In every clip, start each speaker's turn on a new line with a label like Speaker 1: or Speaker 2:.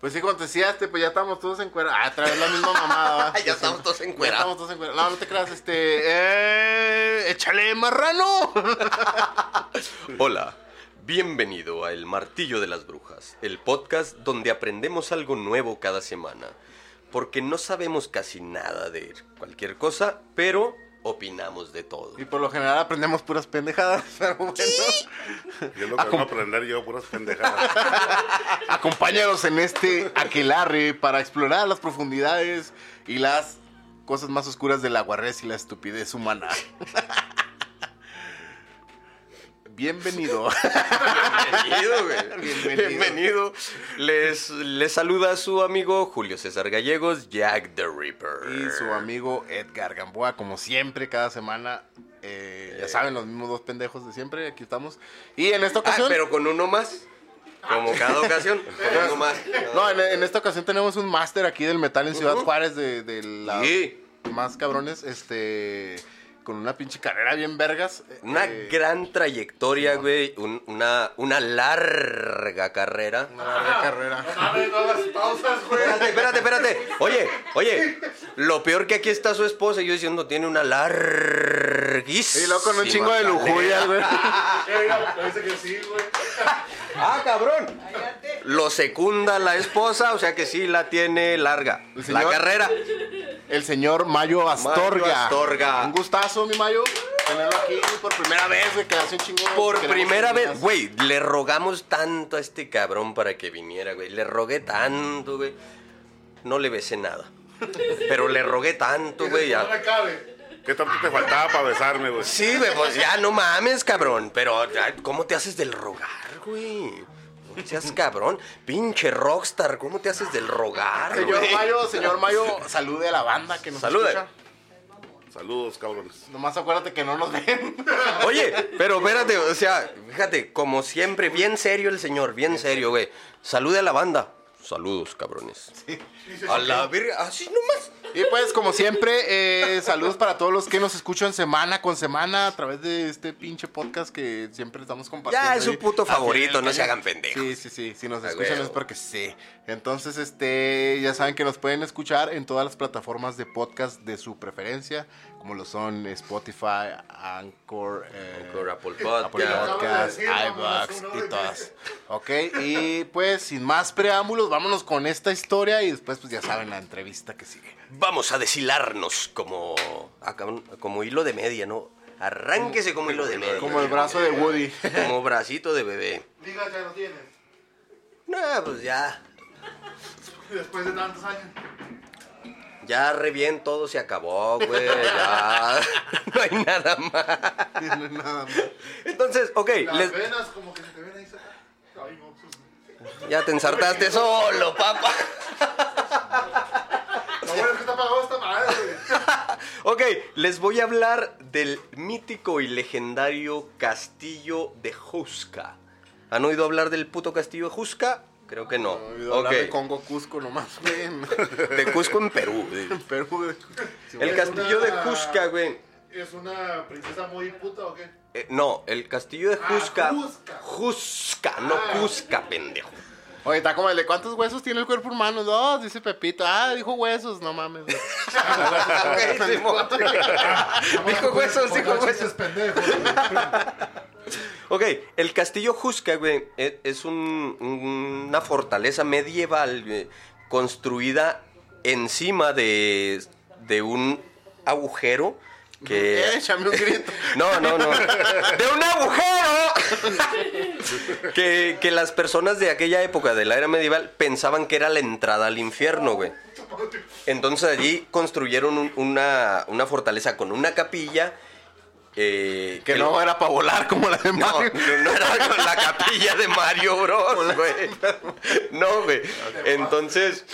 Speaker 1: Pues sí, contestaste, pues ya estamos todos encuerados. Ah, otra vez la misma mamada. ¿va?
Speaker 2: Ah, ya estamos todos
Speaker 1: Ya estamos
Speaker 2: encuerados.
Speaker 1: todos encuerados. No, no te creas, este. Eh, ¡Échale marrano!
Speaker 2: Hola, bienvenido a El Martillo de las Brujas, el podcast donde aprendemos algo nuevo cada semana. Porque no sabemos casi nada de cualquier cosa, pero opinamos de todo.
Speaker 1: Y por lo general aprendemos puras pendejadas, pero bueno.
Speaker 3: Yo
Speaker 2: Ah,
Speaker 3: lo que vengo a aprender yo, puras pendejadas.
Speaker 1: Acompáñanos en este aquelarre para explorar las profundidades y las cosas más oscuras de la guarrez y la estupidez humana. Bienvenido.
Speaker 2: Bienvenido, güey.
Speaker 1: Bienvenido.
Speaker 2: Bienvenido. Les, les saluda su amigo Julio César Gallegos, Jack the Ripper.
Speaker 1: Y su amigo Edgar Gamboa, como siempre, cada semana. eh, ya saben, los mismos dos pendejos de siempre, aquí estamos. Y en esta
Speaker 2: Ah,
Speaker 1: ocasión...
Speaker 2: pero con uno más. Como cada ocasión. Con uno más.
Speaker 1: No, en, en esta ocasión tenemos un máster aquí del metal en Ciudad Juárez de, de la-
Speaker 2: Sí.
Speaker 1: más cabrones, este, con una pinche carrera bien vergas. eh,
Speaker 2: Una
Speaker 1: eh,
Speaker 2: gran trayectoria, güey. un- una, una larga carrera.
Speaker 1: una larga carrera.
Speaker 2: Espérate, espérate, espérate. Oye, oye. Lo peor que aquí está su esposa. Y yo diciendo, tiene una larguísima.
Speaker 1: Y luego con un chingo de lujuria, güey.
Speaker 2: Ah, cabrón. Lo secunda la esposa, o sea que sí la tiene larga.
Speaker 1: El señor
Speaker 2: La carrera.
Speaker 1: El señor Mayo Astorga.
Speaker 2: Astorga.
Speaker 1: Un gustazo, mi Mayo, tenerlo aquí por primera vez, güey, que le hace un chingo.
Speaker 2: Por
Speaker 1: queremos
Speaker 2: primera
Speaker 1: que
Speaker 2: vez,
Speaker 1: vengas.
Speaker 2: güey, le rogamos tanto a este cabrón para que viniera, güey. Le rogué tanto, güey. No le besé nada. Pero le rogué tanto, güey. ya.
Speaker 3: ¿Qué tanto te faltaba para besarme, güey?
Speaker 2: Sí, güey, pues ya no mames, cabrón. Pero, ya, ¿cómo te haces del rogar, güey? No seas cabrón. Pinche rockstar, ¿cómo te haces del rogar,
Speaker 1: Señor
Speaker 2: güey?
Speaker 1: Mayo, señor Mayo, salude a la banda que nos
Speaker 2: Salude.
Speaker 1: escucha.
Speaker 3: Saludos, cabrones.
Speaker 1: Nomás acuérdate que no nos ven.
Speaker 2: Oye, pero espérate, o sea, fíjate, como siempre, bien serio el señor, bien serio, güey. Salude a la banda. Saludos, cabrones. A la verga, así nomás.
Speaker 1: Y pues, como siempre, eh, saludos para todos los que nos escuchan semana con semana a través de este pinche podcast que siempre estamos compartiendo.
Speaker 2: Ya, es su
Speaker 1: ahí.
Speaker 2: puto
Speaker 1: Al final
Speaker 2: favorito,
Speaker 1: del
Speaker 2: no se
Speaker 1: cañón.
Speaker 2: hagan pendejos.
Speaker 1: Sí, sí, sí, si nos
Speaker 2: A
Speaker 1: escuchan
Speaker 2: huevo.
Speaker 1: es porque sí. Entonces, este, ya saben que nos pueden escuchar en todas las plataformas de podcast de su preferencia, como lo son Spotify, Anchor, eh,
Speaker 2: Anchor, Apple
Speaker 1: Apple
Speaker 2: Podcast.
Speaker 1: Podcast, iVoox y todas. Ok, y pues, sin más preámbulos, vámonos con esta historia y después, pues ya saben, la entrevista que sigue.
Speaker 2: Vamos a deshilarnos como, ah, cabrón, como hilo de media, ¿no? Arránquese como hilo de media.
Speaker 1: Como el brazo de Woody.
Speaker 2: Como bracito de bebé.
Speaker 4: Liga ya no tienes.
Speaker 2: No, pues ya.
Speaker 4: Después de tantos años.
Speaker 2: Ya re bien todo se acabó, güey. Ya. No hay nada más. Entonces, ok,
Speaker 4: Las
Speaker 2: Eh, les-
Speaker 4: venas como que se te ven ahí. se- Ay, no, pues,
Speaker 2: ya te ensartaste solo, papá.
Speaker 4: Lo bueno es que está pagado esta madre, güey.
Speaker 2: Ok, les voy a hablar del mítico y legendario castillo de Jusca. ¿Han oído hablar del puto castillo de Jusca? Creo que no. Ok.
Speaker 1: de Congo Cusco nomás, güey. en-
Speaker 2: De Cusco en Perú. güey.
Speaker 1: en Perú, güey.
Speaker 2: El
Speaker 4: Es
Speaker 2: castillo de
Speaker 4: una-
Speaker 2: Jusca, güey.
Speaker 4: ¿Es una princesa muy puta o qué?
Speaker 2: Eh, no, el castillo de
Speaker 4: Ah,
Speaker 2: Jusca.
Speaker 4: Jusca.
Speaker 2: Jusca, no
Speaker 4: Ah.
Speaker 2: Cusca, pendejo.
Speaker 1: Oye, está como el de cuántos huesos tiene el cuerpo humano. Dos, dice Pepito. Ah, dijo huesos, no mames. güey.
Speaker 2: Ok, Simón. Dijo huesos, dijo huesos.
Speaker 4: pendejo.
Speaker 2: Ok, el castillo Jusca, güey, e- es un- una fortaleza medieval güey, construida encima de, de un agujero que...
Speaker 1: Eh, Échame un grito.
Speaker 2: No, no, no. ¡De un agujero! que, que las personas de aquella época, de la era medieval, pensaban que era la entrada al infierno, güey. Entonces allí construyeron un- una, una fortaleza con una capilla. eh,
Speaker 1: Que no era para volar como la de
Speaker 2: no,
Speaker 1: Mario.
Speaker 2: no, no era con la capilla de Mario Bros, güey. No, güey. Entonces,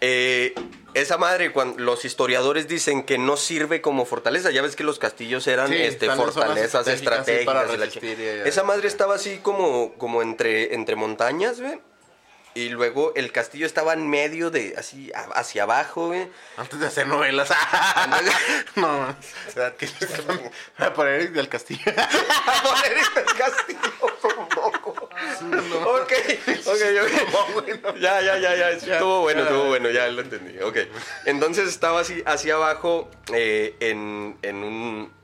Speaker 2: eh, esa madre, cuando, los historiadores dicen que no sirve como fortaleza. Ya ves que los castillos eran
Speaker 1: Sí,
Speaker 2: este,
Speaker 1: están en zonas
Speaker 2: fortalezas
Speaker 1: estratégicas, sí,
Speaker 2: estratégicas.
Speaker 1: para
Speaker 2: y la
Speaker 1: resistir eh,
Speaker 2: chi-
Speaker 1: y-
Speaker 2: esa madre estaba así como, como entre, entre montañas, güey. Y luego el castillo estaba en medio de, así, a- hacia abajo, güey.
Speaker 1: Antes de hacer novelas. no mames. Para ir del castillo.
Speaker 2: A poner el castillo como loco. Ok, ok, ok. Ya, ya, ya, ya. Estuvo bueno, estuvo bueno, ya lo entendí. Ok. Entonces estaba así, hacia abajo, eh, en, en un-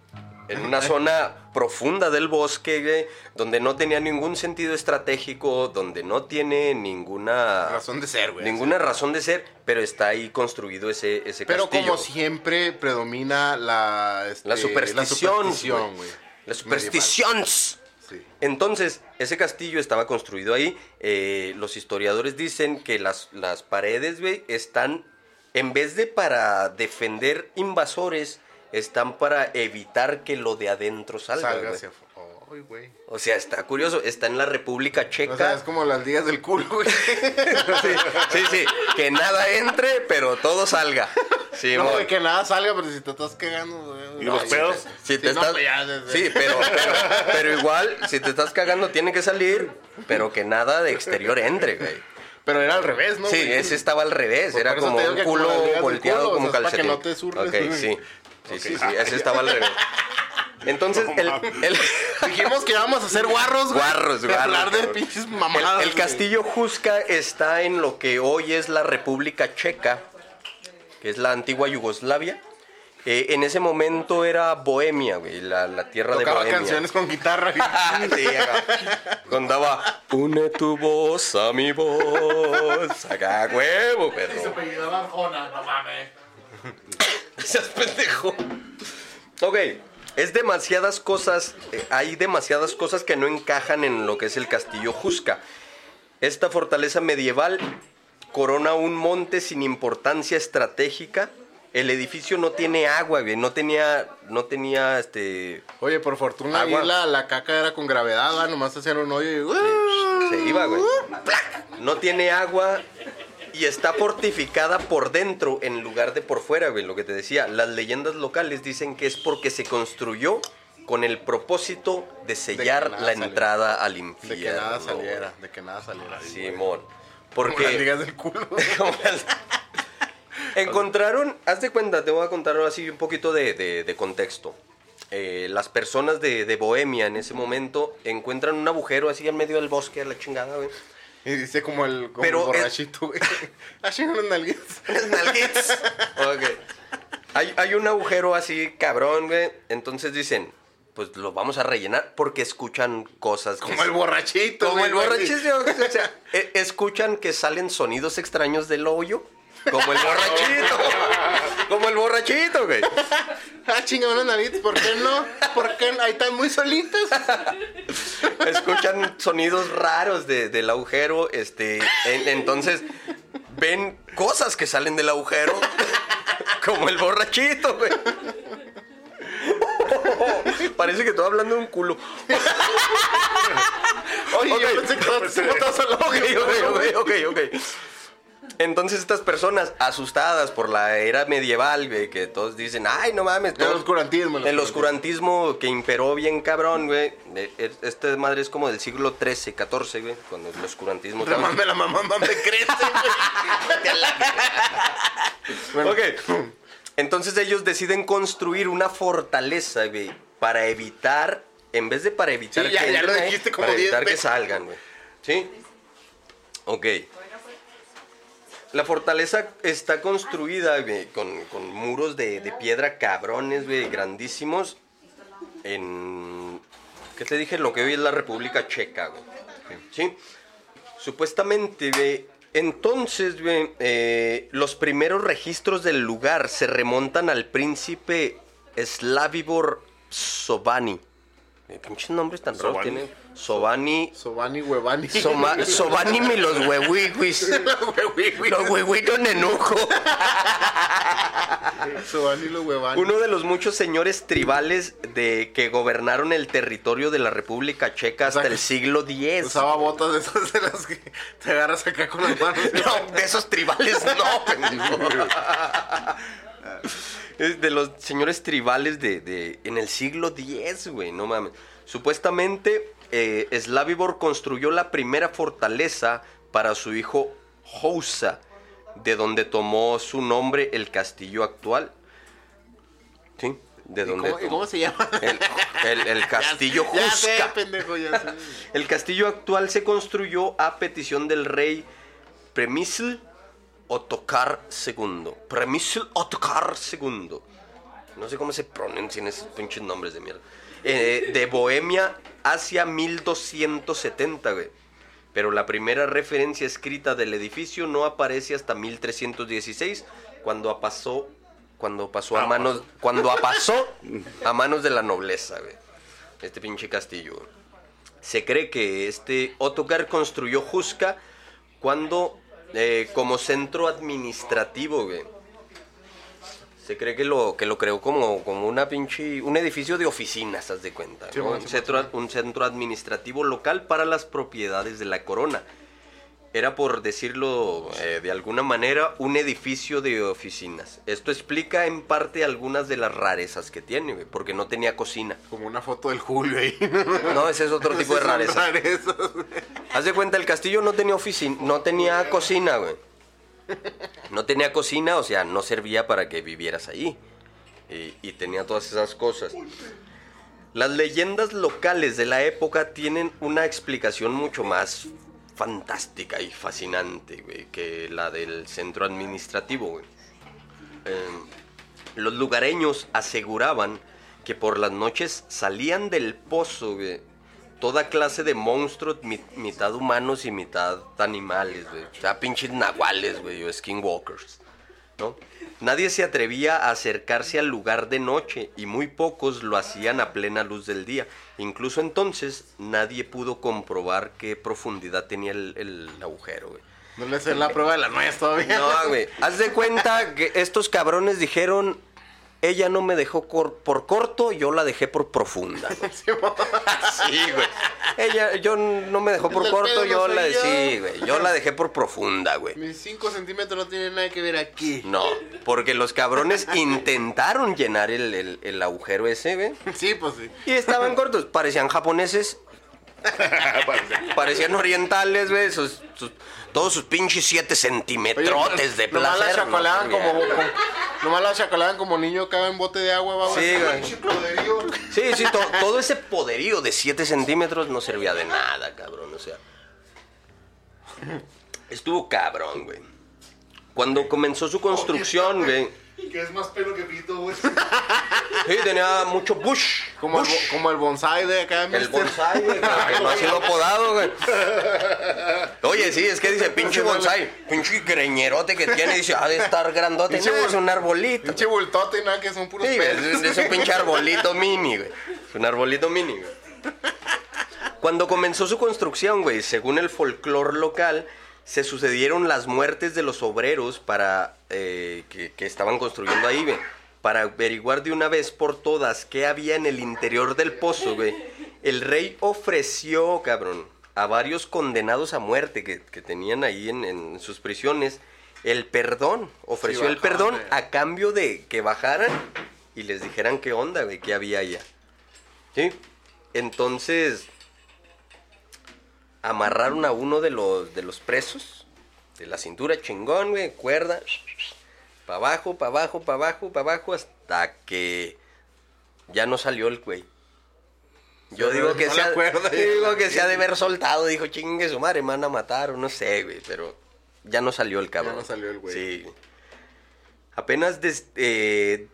Speaker 2: en una zona profunda del bosque, güey, donde no tenía ningún sentido estratégico, donde no tiene ninguna
Speaker 1: Razón de ser, güey.
Speaker 2: ninguna razón de ser, pero está ahí construido ese, ese
Speaker 1: Pero
Speaker 2: castillo.
Speaker 1: como siempre predomina la, este,
Speaker 2: La superstición,
Speaker 1: la superstición,
Speaker 2: güey.
Speaker 1: güey.
Speaker 2: La superstición.
Speaker 1: Medieval. Sí.
Speaker 2: Entonces, ese castillo estaba construido ahí. eh, los historiadores dicen que las, las paredes, güey, están, en vez de para defender invasores, están para evitar que lo de adentro salga.
Speaker 1: Salga
Speaker 2: güey.
Speaker 1: hacia afu- Ay, güey.
Speaker 2: O sea, está curioso. Está en la República Checa.
Speaker 1: O sea, es como las ligas del culo, güey.
Speaker 2: sí, sí, sí, Que nada entre, pero todo salga. Sí,
Speaker 1: no,
Speaker 2: mon.
Speaker 1: güey, que nada salga, pero si te estás cagando, güey.
Speaker 3: ¿Y los
Speaker 1: Ay,
Speaker 3: pedos?
Speaker 2: Si te
Speaker 1: Sí, no,
Speaker 2: estás-
Speaker 1: pues ya, desde-
Speaker 2: sí, pero, pero, pero igual, si te estás cagando, tiene que salir, pero que nada de exterior entre, güey.
Speaker 1: Pero era al revés, ¿no?
Speaker 2: sí, este.
Speaker 1: güey?
Speaker 2: ese estaba al revés,
Speaker 1: Pues
Speaker 2: era
Speaker 1: por eso
Speaker 2: como
Speaker 1: te digo
Speaker 2: un
Speaker 1: que como
Speaker 2: culo
Speaker 1: las ligas del
Speaker 2: volteado
Speaker 1: culo, o
Speaker 2: como
Speaker 1: sea, es para que
Speaker 2: calcetín.
Speaker 1: no te zurres,
Speaker 2: Ok,
Speaker 1: güey.
Speaker 2: sí. Sí, sí, sí, ese estaba al revés. Entonces, el, el,
Speaker 1: Dijimos que íbamos a hacer guarros, güey.
Speaker 2: Guarros,
Speaker 1: De
Speaker 2: guarros,
Speaker 1: Hablar de
Speaker 2: cabrón.
Speaker 1: pinches
Speaker 2: el-
Speaker 1: mamadas.
Speaker 2: el
Speaker 1: güey.
Speaker 2: castillo Jusca está en lo que hoy es la República Checa, que es la antigua Yugoslavia. Eh, en ese momento era Bohemia, güey, la, la tierra de
Speaker 1: Tocaba
Speaker 2: Bohemia.
Speaker 1: canciones con guitarra. güey.
Speaker 2: Sí, acá. Contaba, une tu voz a mi voz. Acá, huevo,
Speaker 4: Y se
Speaker 2: perro.
Speaker 4: apellidaba Arjona, no mames.
Speaker 2: Seas pendejo. Ok, es demasiadas cosas. eh, hay demasiadas cosas que no encajan en lo que es el castillo Jusca. Esta fortaleza medieval corona un monte sin importancia estratégica. El edificio no tiene agua, güey. No tenía, no tenía, este,
Speaker 1: Oye, por fortuna ahí
Speaker 2: Agua.
Speaker 1: la, la caca era con gravedad, ¿va? nomás hacían un hoyo y... uh,
Speaker 2: Se iba, güey. ¡Plac! No tiene agua y está fortificada por dentro en lugar de por fuera, güey. Lo que te decía, las leyendas locales dicen que es porque se construyó con el propósito de sellar
Speaker 1: nada
Speaker 2: la
Speaker 1: saliera.
Speaker 2: entrada al
Speaker 1: De
Speaker 2: infierno.
Speaker 1: que nada saliera, de que nada saliera.
Speaker 2: güey.
Speaker 1: Como
Speaker 2: Simón.
Speaker 1: las
Speaker 2: Porque
Speaker 1: ligas del culo.
Speaker 2: como las- Encontraron, haz de cuenta, te voy a contar ahora sí un poquito de, de- de contexto. Eh, las personas de, de Bohemia en ese momento encuentran un agujero así en medio del bosque, a la chingada, güey.
Speaker 1: Y dice como el, como
Speaker 2: Pero
Speaker 1: el
Speaker 2: es-
Speaker 1: borrachito, güey. Así unas nalguitas.
Speaker 2: Las nalguitas. Ok. Hay, hay un agujero así, cabrón, güey. Entonces dicen, pues lo vamos a rellenar porque escuchan cosas. que
Speaker 1: Como el
Speaker 2: se-
Speaker 1: borrachito,
Speaker 2: como
Speaker 1: güey,
Speaker 2: el
Speaker 1: güey.
Speaker 2: borrachito. O sea, e- escuchan que salen sonidos extraños del hoyo. Como el borrachito. como el borrachito, güey.
Speaker 1: Ah, chinga, unas nalguitas, ¿por qué no? ¿Por qué no? Ahí están muy solitas.
Speaker 2: escuchan sonidos raros de- del agujero, este, en- entonces ven cosas que salen del agujero, como el borrachito, güey. Parece que estoy hablando de un culo.
Speaker 1: Oye,
Speaker 2: Ok.
Speaker 1: yo pensé que todas
Speaker 3: Pensé-
Speaker 1: como todas al ojo,
Speaker 2: Ok,
Speaker 1: güey.
Speaker 2: ok, ok, ok, ok. Entonces estas personas asustadas por la era medieval, güey, que todos dicen, ay, no mames.
Speaker 1: El
Speaker 2: todos-
Speaker 1: oscurantismo, el
Speaker 2: El oscurantismo que imperó bien cabrón, güey. Eh, eh, Esta madre es como del siglo XIII, XIV, güey, cuando el oscurantismo... estaba-
Speaker 1: Remame la mamá, mame, crece, güey. Bueno,
Speaker 2: Ok. Entonces ellos deciden construir una fortaleza, güey, para evitar, en vez de para evitar
Speaker 1: Sí, ya- ya lo
Speaker 2: entren,
Speaker 1: dijiste como
Speaker 2: para
Speaker 1: 10
Speaker 2: evitar que
Speaker 1: veces.
Speaker 2: salgan, güey. ¿Sí? Ok. La fortaleza está construida, güey, con, con muros de, de piedra cabrones, güey, grandísimos. En. ¿Qué te dije? Lo que hoy es la República Checa, güey. ¿Sí? Supuestamente, güey. Entonces, güey, eh, los primeros registros del lugar se remontan al príncipe Slavibor Sobani. Eh, Pinches nombres tan raros
Speaker 3: Sobani.
Speaker 2: tiene. Sobani.
Speaker 1: Sobani, huevani.
Speaker 2: Soma- Sobani y los huehuihuis. los huehuitos nenuco.
Speaker 1: Sobani, lo huevani.
Speaker 2: Uno de los muchos señores tribales de que gobernaron el territorio de la República Checa hasta
Speaker 1: sea,
Speaker 2: el siglo X.
Speaker 1: Usaba botas de esas de las que te agarras acá con las manos.
Speaker 2: No, de esos tribales no, pendejo. Es De los señores tribales de, de- en el siglo X, güey, no mames. Supuestamente, eh, Slavibor construyó la primera fortaleza para su hijo Housa, de donde tomó su nombre el castillo actual. ¿Sí? de
Speaker 1: ¿Y
Speaker 2: donde...
Speaker 1: cómo, y cómo se llama?
Speaker 2: El, el- el castillo
Speaker 1: Ya- ya sé,
Speaker 2: Jusca.
Speaker 1: pendejo, ya sé.
Speaker 2: El castillo actual se construyó a petición del rey Premisl Otokar II. Premisl Otokar II. No sé cómo se pronuncian esos pinches nombres de mierda. Eh, de Bohemia hacia 1270, güey. Pero la primera referencia escrita del edificio no aparece hasta 1316, cuando pasó, cuando pasó a
Speaker 3: Ah,
Speaker 2: manos, cuando pasó a manos de la nobleza, güey. Este pinche castillo. güey. Se cree que este Otocar construyó Jusca cuando eh, como centro administrativo, güey. Se cree que lo, que lo creó como, como una pinche. un edificio de oficinas, haz de cuenta.
Speaker 1: Sí,
Speaker 2: ¿no?
Speaker 1: bueno,
Speaker 2: un,
Speaker 1: sí,
Speaker 2: centro, un centro administrativo local para las propiedades de la corona. Era por decirlo eh, de alguna manera, un edificio de oficinas. Esto explica en parte algunas de las rarezas que tiene, güey, porque no tenía cocina.
Speaker 1: Como una foto del Julio ahí.
Speaker 2: No, ese es otro tipo de
Speaker 1: Esas son
Speaker 2: rareza.
Speaker 1: rarezas.
Speaker 2: Haz de cuenta, el castillo no tenía oficina, no tenía cocina, güey. No tenía cocina, o sea, no servía para que vivieras ahí. Y, y tenía todas esas cosas. Las leyendas locales de la época tienen una explicación mucho más fantástica y fascinante, güey, que la del centro administrativo, güey. Em, los lugareños aseguraban que por las noches salían del pozo, güey, Toda clase de monstruos, mi- mitad humanos y mitad animales, güey. O sea, pinches nahuales, güey, o skinwalkers, ¿no? Nadie se atrevía a acercarse al lugar de noche y muy pocos lo hacían a plena luz del día. Incluso entonces nadie pudo comprobar qué profundidad tenía el, el agujero, güey.
Speaker 1: No le hacen la prueba de la nuez todavía.
Speaker 2: No, güey. Haz de cuenta que estos cabrones dijeron, ella no me dejó cor- por corto, yo la dejé por profunda. güey". sí, güey. Ella, yo no me dejó
Speaker 1: El
Speaker 2: por
Speaker 1: del
Speaker 2: corto,
Speaker 1: pedo no
Speaker 2: yo
Speaker 1: soy
Speaker 2: la
Speaker 1: yo.
Speaker 2: sí, güey. Yo la dejé por profunda, güey.
Speaker 1: Mis 5 centímetros no tienen nada que ver aquí.
Speaker 2: No, porque los cabrones intentaron llenar el, el- el agujero ese, güey.
Speaker 1: Sí, pues sí.
Speaker 2: Y estaban cortos, parecían japoneses, parecían orientales, güey. Sus, sus- todos sus pinches 7 centímetrotes de
Speaker 1: pues, Nomás la
Speaker 2: placer. ¿no?
Speaker 1: chacolaban como,
Speaker 2: Bien.
Speaker 1: como- nomás la chacolaban como niño caga en bote de agua, va,
Speaker 2: Sí, güey.
Speaker 1: Pinche poderío.
Speaker 2: Sí, sí, to- todo ese poderío de 7 centímetros no servía de nada, cabrón. O sea, estuvo cabrón, güey. Cuando comenzó su construcción, güey,
Speaker 4: Que es más pelo que pito, güey.
Speaker 2: sí, tenía mucho bush.
Speaker 1: Como el,
Speaker 2: bush.
Speaker 1: bo- como el bonsai de acá en
Speaker 2: El bonsai, güey, que no ha sido podado, güey. Oye, sí, es que dice pinche bonsai, pinche greñerote que tiene, dice, ha de estar grandote.
Speaker 1: Pinche
Speaker 2: No,
Speaker 1: bol-
Speaker 2: es un arbolito.
Speaker 1: Pinche bultote, nada, que son puros
Speaker 2: Sí, güey,
Speaker 1: pedos.
Speaker 2: es, es un pinche arbolito mini, güey. Es un arbolito mini, güey. Cuando comenzó su construcción, güey, según el folclore local, se sucedieron las muertes de los obreros para eh, que, que estaban construyendo ahí, güey. Para averiguar de una vez por todas qué había en el interior del pozo, güey. El rey ofreció, cabrón, a varios condenados a muerte que, que tenían ahí en, en sus prisiones el perdón. Ofreció el
Speaker 1: bajón,
Speaker 2: perdón
Speaker 1: güey.
Speaker 2: a cambio de que bajaran y les dijeran qué onda, güey, qué había allá. ¿Sí? Entonces, amarraron a uno de los, de los presos, de la cintura, chingón, güey, cuerda, para abajo, para abajo, para abajo, para abajo, hasta que ya no salió el güey. Yo
Speaker 1: Se
Speaker 2: digo
Speaker 1: reventó
Speaker 2: que,
Speaker 1: la
Speaker 2: sea,
Speaker 1: cuerda y-
Speaker 2: digo que sea de haber soltado, dijo, chingue su madre, me van a matar, o no sé, güey, pero ya no salió el cabrón.
Speaker 1: no salió el güey.
Speaker 2: Sí. Apenas des- eh,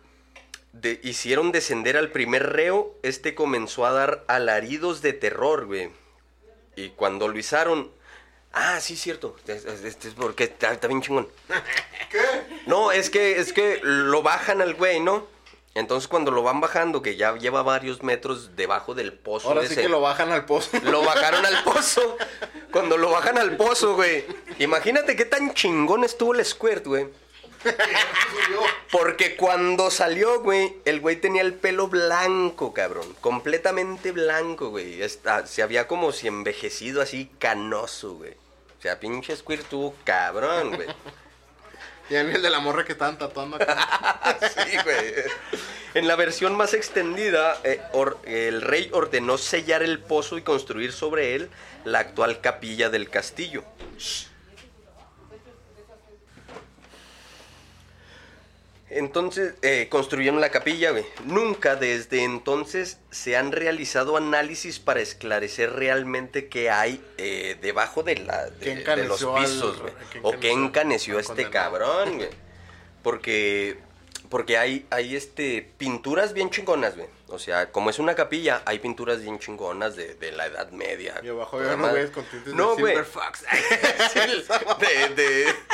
Speaker 2: de- hicieron descender al primer reo, este comenzó a dar alaridos de terror, güey. Y cuando lo izaron... Ah, sí, cierto. Es- es- es- es porque está, está bien chingón. No, es que, es que lo bajan al güey, ¿no? Entonces cuando lo van bajando, que ya lleva varios metros debajo del pozo.
Speaker 1: Ahora
Speaker 2: de
Speaker 1: sí
Speaker 2: ese-
Speaker 1: que lo bajan al pozo.
Speaker 2: lo bajaron al pozo. Cuando lo bajan al pozo, güey. Imagínate qué tan chingón estuvo el squirt, güey. Porque cuando salió, güey, el güey tenía el pelo blanco, cabrón. Completamente blanco, güey. Está- se había como si envejecido así canoso, güey. O sea, pinche squirt tuvo cabrón, güey.
Speaker 1: Y en el de la morra que estaban tatuando acá.
Speaker 2: Sí, güey. En la versión más extendida, eh, or- el rey ordenó sellar el pozo y construir sobre él la actual capilla del castillo. Entonces, eh, construyeron la capilla, güey. Nunca desde entonces se han realizado análisis para esclarecer realmente qué hay eh, debajo de, la, de,
Speaker 1: ¿Qué
Speaker 2: de los
Speaker 1: encaneció al-
Speaker 2: pisos, güey.
Speaker 1: qué
Speaker 2: O qué
Speaker 1: encaneció
Speaker 2: encaneció a
Speaker 1: al
Speaker 2: este
Speaker 1: condenado?
Speaker 2: cabrón, güey. Porque, porque hay, hay este, pinturas bien chingonas, güey. O sea, como es una capilla, hay pinturas bien chingonas de, de la Edad Media.
Speaker 1: Y abajo
Speaker 2: toda
Speaker 1: había unos
Speaker 2: madre.
Speaker 1: güeyes con tintes de
Speaker 2: No, güey.
Speaker 1: Silver Fox.
Speaker 2: Sí, de, de-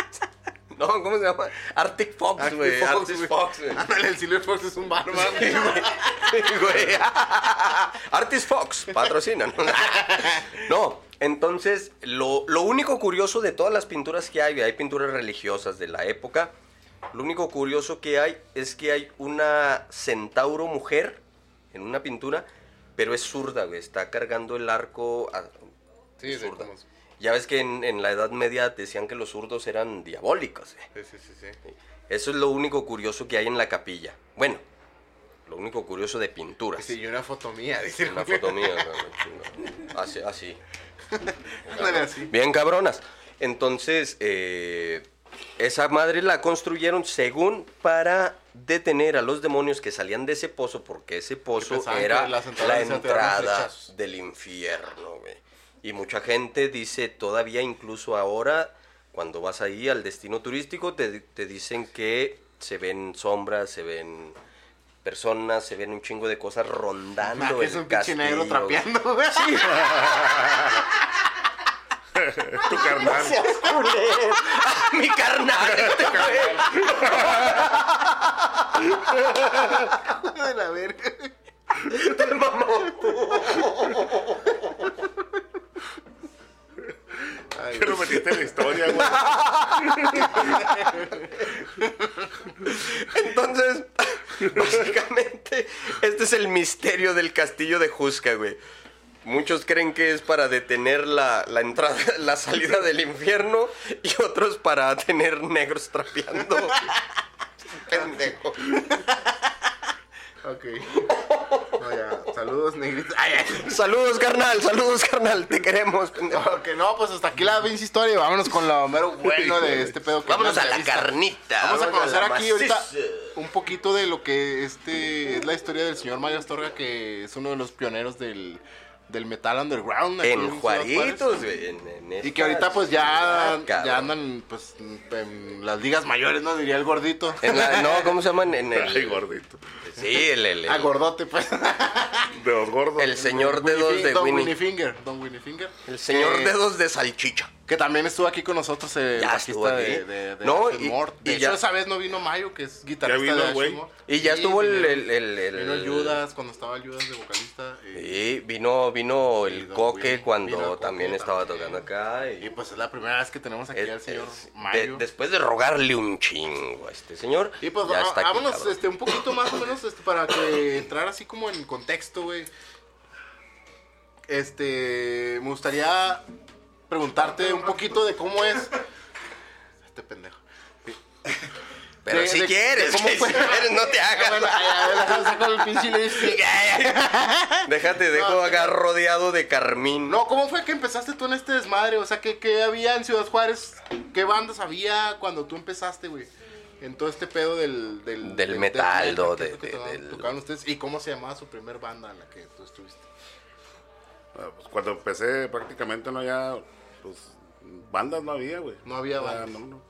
Speaker 2: No, ¿cómo se llama? Arctic Fox, güey. Arctic Fox, güey.
Speaker 1: Ándale, el Silver Fox es un barba. güey.
Speaker 2: Güey. Artist Fox, patrocinan. No, entonces, lo, lo único curioso de todas las pinturas que hay, hay pinturas religiosas de la época, lo único curioso que hay es que hay una centauro mujer en una pintura, pero es zurda, güey, está cargando el arco a-
Speaker 1: Sí, sí,
Speaker 2: zurda.
Speaker 1: como- sí,
Speaker 2: Ya ves que en, en la Edad Media decían que los zurdos eran diabólicos, eh.
Speaker 1: sí, sí, sí.
Speaker 2: Eso es lo único curioso que hay en la capilla. Bueno, lo único curioso de pinturas.
Speaker 1: Sí, y una foto mía, dice el
Speaker 2: Una
Speaker 1: güey.
Speaker 2: foto mía, güey. así, así.
Speaker 1: Ándale así.
Speaker 2: Bien cabronas. Entonces, eh, esa madre la construyeron según para detener a los demonios que salían de ese pozo, porque ese pozo
Speaker 1: pensaban que
Speaker 2: era
Speaker 1: las entradas
Speaker 2: la
Speaker 1: se te daban
Speaker 2: entrada
Speaker 1: flechazos.
Speaker 2: del infierno, güey. Y mucha gente dice todavía, incluso ahora, cuando vas ahí al destino turístico, te, te dicen que se ven sombras, se ven personas, se ven un chingo de cosas
Speaker 1: Ma,
Speaker 2: rondando
Speaker 1: que es
Speaker 2: el
Speaker 1: un pinche negro
Speaker 2: castillo, güey.
Speaker 1: trapeando, güey.
Speaker 3: Tu carnal.
Speaker 2: Mi carnal, este güey.
Speaker 1: Hijo de la verga.
Speaker 3: Que lo metiste en la historia, güey.
Speaker 2: Entonces, básicamente, este es el misterio del castillo de Jusca, güey. Muchos creen que es para detener la, la entrada, la salida del infierno y otros para tener negros trapeando. Pendejo.
Speaker 1: Ok. No, ya. Saludos, negritos. Ay, ay.
Speaker 2: Saludos, carnal, saludos, carnal, te queremos, pendejo.
Speaker 1: Ok, no, pues hasta aquí la pinche historia y vámonos con lo mero bueno de este pedo. que
Speaker 2: Vámonos
Speaker 1: es
Speaker 2: a la
Speaker 1: entrevista.
Speaker 2: carnita.
Speaker 1: Vamos a
Speaker 2: vámonos la
Speaker 1: conocer aquí ahorita
Speaker 2: maciza.
Speaker 1: un poquito de lo que este es la historia del señor Mario Astorga, que es uno de los pioneros del, del metal underground. aquí
Speaker 2: En
Speaker 1: Ciudad Juárez.
Speaker 2: Juaritos, güey. en- en
Speaker 1: Y que
Speaker 2: esta
Speaker 1: ahorita pues ya,
Speaker 2: ciudad, Ah, cabrón.
Speaker 1: ya andan pues en las ligas mayores, ¿no? Diría el gordito.
Speaker 2: En la- no, ¿cómo se llaman? En el,
Speaker 3: Ay, gordito.
Speaker 2: sí, el, el, el-
Speaker 1: A gordote, pues.
Speaker 3: De los gordos.
Speaker 2: el señor dedos
Speaker 1: Winnie-
Speaker 2: de
Speaker 1: Don
Speaker 2: Winnie.
Speaker 1: Finger. Don Winnie Finger.
Speaker 2: El señor
Speaker 1: Que-
Speaker 2: dedos de salchicha.
Speaker 1: Que también estuvo aquí con nosotros eh, el
Speaker 2: Ya estuvo
Speaker 1: bajista de,
Speaker 2: aquí.
Speaker 1: de, de
Speaker 2: No,
Speaker 1: Ashen
Speaker 2: y-
Speaker 1: Mort. De
Speaker 2: y
Speaker 1: hecho,
Speaker 2: ya-
Speaker 1: esa vez no vino Mayo, que es guitarrista
Speaker 3: vino
Speaker 1: de
Speaker 3: el
Speaker 1: Ashen
Speaker 3: güey.
Speaker 1: Mort.
Speaker 2: Y ya
Speaker 1: Sí,
Speaker 2: estuvo el,
Speaker 1: vinieron.
Speaker 2: el, el, el-
Speaker 1: Vino el Judas, cuando estaba el Judas de vocalista. eh, Y,
Speaker 2: Sí, vino, vino
Speaker 1: Y
Speaker 2: el
Speaker 1: Don
Speaker 2: coque
Speaker 1: Willy.
Speaker 2: cuando
Speaker 1: Vino el Coque
Speaker 2: también estaba
Speaker 1: también.
Speaker 2: tocando acá.
Speaker 1: y
Speaker 2: Y,
Speaker 1: pues es la primera vez que tenemos aquí
Speaker 2: es-
Speaker 1: al señor
Speaker 2: es- de-
Speaker 1: Mayo.
Speaker 2: después de rogarle un chingo a este señor.
Speaker 1: y pues
Speaker 2: ya
Speaker 1: va-
Speaker 2: está aquí,
Speaker 1: vámonos
Speaker 2: cabrón.
Speaker 1: este, un poquito más o menos este, para que entrar así como en contexto, güey. Este, me gustaría preguntarte un poquito de cómo es... Este pendejo.
Speaker 2: Pero
Speaker 1: de-
Speaker 2: si
Speaker 1: de-
Speaker 2: quieres,
Speaker 1: de cómo
Speaker 2: que si
Speaker 1: fue.
Speaker 2: quieres, no te hagas.
Speaker 1: Bueno, a ver, déjame sacar el pinche lipstick.
Speaker 2: Déjate, dejo
Speaker 1: No,
Speaker 2: acá rodeado de carmín.
Speaker 1: No, ¿cómo fue que empezaste tú en este desmadre? O sea, ¿qué, qué había en Ciudad Juárez? ¿Qué bandas había cuando tú empezaste, güey? En todo este pedo del... Del,
Speaker 2: Del metal,
Speaker 1: death
Speaker 2: ¿no?
Speaker 1: que
Speaker 2: De-
Speaker 1: tocaban-
Speaker 2: de- del-
Speaker 1: tocaban ustedes. ¿Y cómo se llamaba su primer banda en la que tú estuviste?
Speaker 3: Ah, pues, Cuando empecé prácticamente no había, pues, bandas no había, güey.
Speaker 1: No había
Speaker 3: O sea,
Speaker 1: bandas.
Speaker 3: no, no.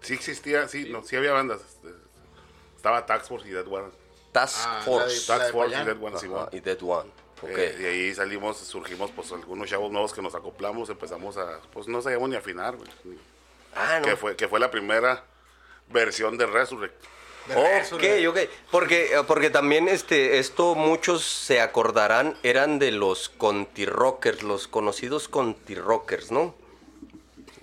Speaker 3: Sí existía, sí, no, sí había bandas. Este, Estaba Tax Force y Dead One.
Speaker 2: Task
Speaker 1: Ah, la de-
Speaker 2: Force.
Speaker 1: la
Speaker 3: Tax
Speaker 1: de
Speaker 3: Force y
Speaker 1: Payán.
Speaker 3: Dead One,
Speaker 2: Ajá,
Speaker 3: Simón.
Speaker 2: y Dead One. Ok.
Speaker 3: Eh, y ahí salimos, surgimos, pues, algunos chavos nuevos que nos acoplamos, empezamos a, pues, no sabíamos ni afinar, güey. Ni-
Speaker 2: ah,
Speaker 3: Que fue, que fue la primera versión de Resurrect.
Speaker 1: De regreso,
Speaker 2: Ok,
Speaker 1: güey.
Speaker 2: ok. Porque, eh, porque también este, esto muchos se acordarán, eran de los conti-rockers, los conocidos conti-rockers, ¿no?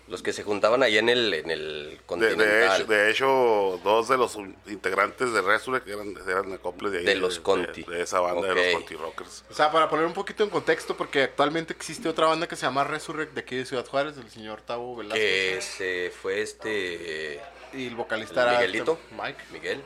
Speaker 2: Los que se juntaban ahí en el, en el
Speaker 3: De, de hecho,
Speaker 2: continental.
Speaker 3: de hecho, dos de los integrantes de Resurrect eran, eran acoples de ahí.
Speaker 2: De los Conti.
Speaker 3: De, de esa banda de
Speaker 2: Ok.
Speaker 3: los Conti Rockers.
Speaker 1: O sea, para poner un poquito en contexto, porque actualmente existe otra banda que se llama Resurrect de aquí de Ciudad Juárez, el señor Tavo
Speaker 2: que
Speaker 1: Velázquez.
Speaker 2: se fue este eh,
Speaker 1: Y el
Speaker 2: el
Speaker 1: vocalista era este
Speaker 2: Miguelito.
Speaker 1: Mike.
Speaker 2: Miguel.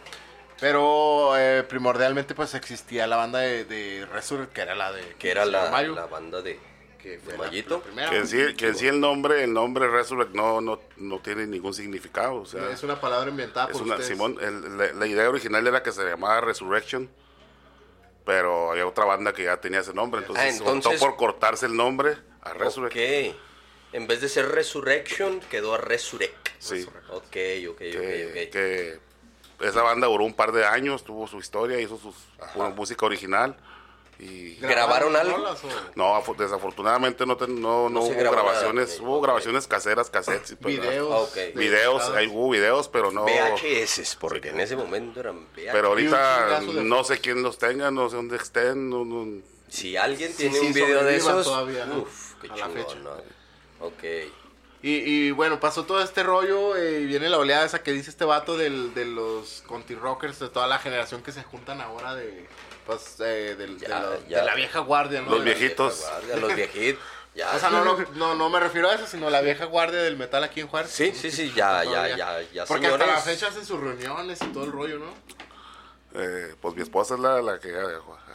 Speaker 1: Pero eh, primordialmente pues existía la banda de, de Resurrect, que era la de...
Speaker 2: Que era la,
Speaker 1: Mayo,
Speaker 2: la banda de,
Speaker 1: que
Speaker 2: de
Speaker 1: fue la-
Speaker 2: Mayito.
Speaker 1: la primera
Speaker 3: Que en sí, que en sí el nombre, el nombre Resurrect no, no, no tiene ningún significado. O sea,
Speaker 2: ah,
Speaker 1: Es una palabra inventada
Speaker 3: es
Speaker 1: por
Speaker 3: una-
Speaker 1: ustedes.
Speaker 3: Simón, el- la, la idea original era que se llamaba Resurrection, pero había otra banda que ya tenía ese nombre, entonces,
Speaker 2: Ah,
Speaker 3: optó
Speaker 2: entonces-
Speaker 3: por cortarse el nombre a
Speaker 2: Ok.
Speaker 3: Resurrection.
Speaker 2: En vez de ser Resurrection, quedó a Resurrect.
Speaker 3: Sí.
Speaker 2: Ok, ok, ok,
Speaker 3: que,
Speaker 2: ok.
Speaker 3: eh, que esa banda duró un par de años, tuvo su historia, hizo sus, una música original y
Speaker 2: ¿Grabaron algo?
Speaker 1: rolas o
Speaker 3: no, afo- desafortunadamente no, ten- no, no
Speaker 2: No se
Speaker 3: hubo
Speaker 2: grabó nada,
Speaker 3: grabaciones,
Speaker 2: ok,
Speaker 3: hubo
Speaker 2: ok.
Speaker 3: grabaciones caseras, cassettes, y todo, ¿verdad?
Speaker 1: Videos.
Speaker 2: Ah, ok.
Speaker 1: de-
Speaker 3: videos, ahí hubo videos, pero no,
Speaker 2: VHS, porque en ese momento eran VHS.
Speaker 3: oh. pero ahorita
Speaker 1: Y un chingazo de-
Speaker 3: no sé quién los tenga, no sé dónde estén, no- no-
Speaker 2: si alguien
Speaker 1: Sí,
Speaker 2: tiene
Speaker 1: sí,
Speaker 2: un video de
Speaker 1: sobrevivan
Speaker 2: esos,
Speaker 1: todavía, ¿no?
Speaker 2: uf, qué
Speaker 1: A la
Speaker 2: chingón,
Speaker 1: fecha.
Speaker 2: ¿no? Ok.
Speaker 1: Y, y bueno, pasó todo este rollo eh, y viene la oleada esa que dice este vato del- de los Conti Rockers, de toda la generación que se juntan ahora de, pues, eh, del- de
Speaker 2: Ya,
Speaker 1: la,
Speaker 2: ya.
Speaker 1: de la vieja guardia, ¿no?
Speaker 3: Los
Speaker 1: De la-
Speaker 3: viejitos. Viejitos.
Speaker 2: La guardia, los viejitos. Ya.
Speaker 1: O sea, no, no, no, no me refiero a eso, sino la vieja guardia del metal aquí en Juárez.
Speaker 2: Sí, sí, sí, ya, ya, ya, ya,
Speaker 1: Porque hasta la
Speaker 2: señores.
Speaker 1: fecha hacen sus reuniones y todo el rollo, ¿no?
Speaker 3: eh, pues mi esposa es la, la que eh,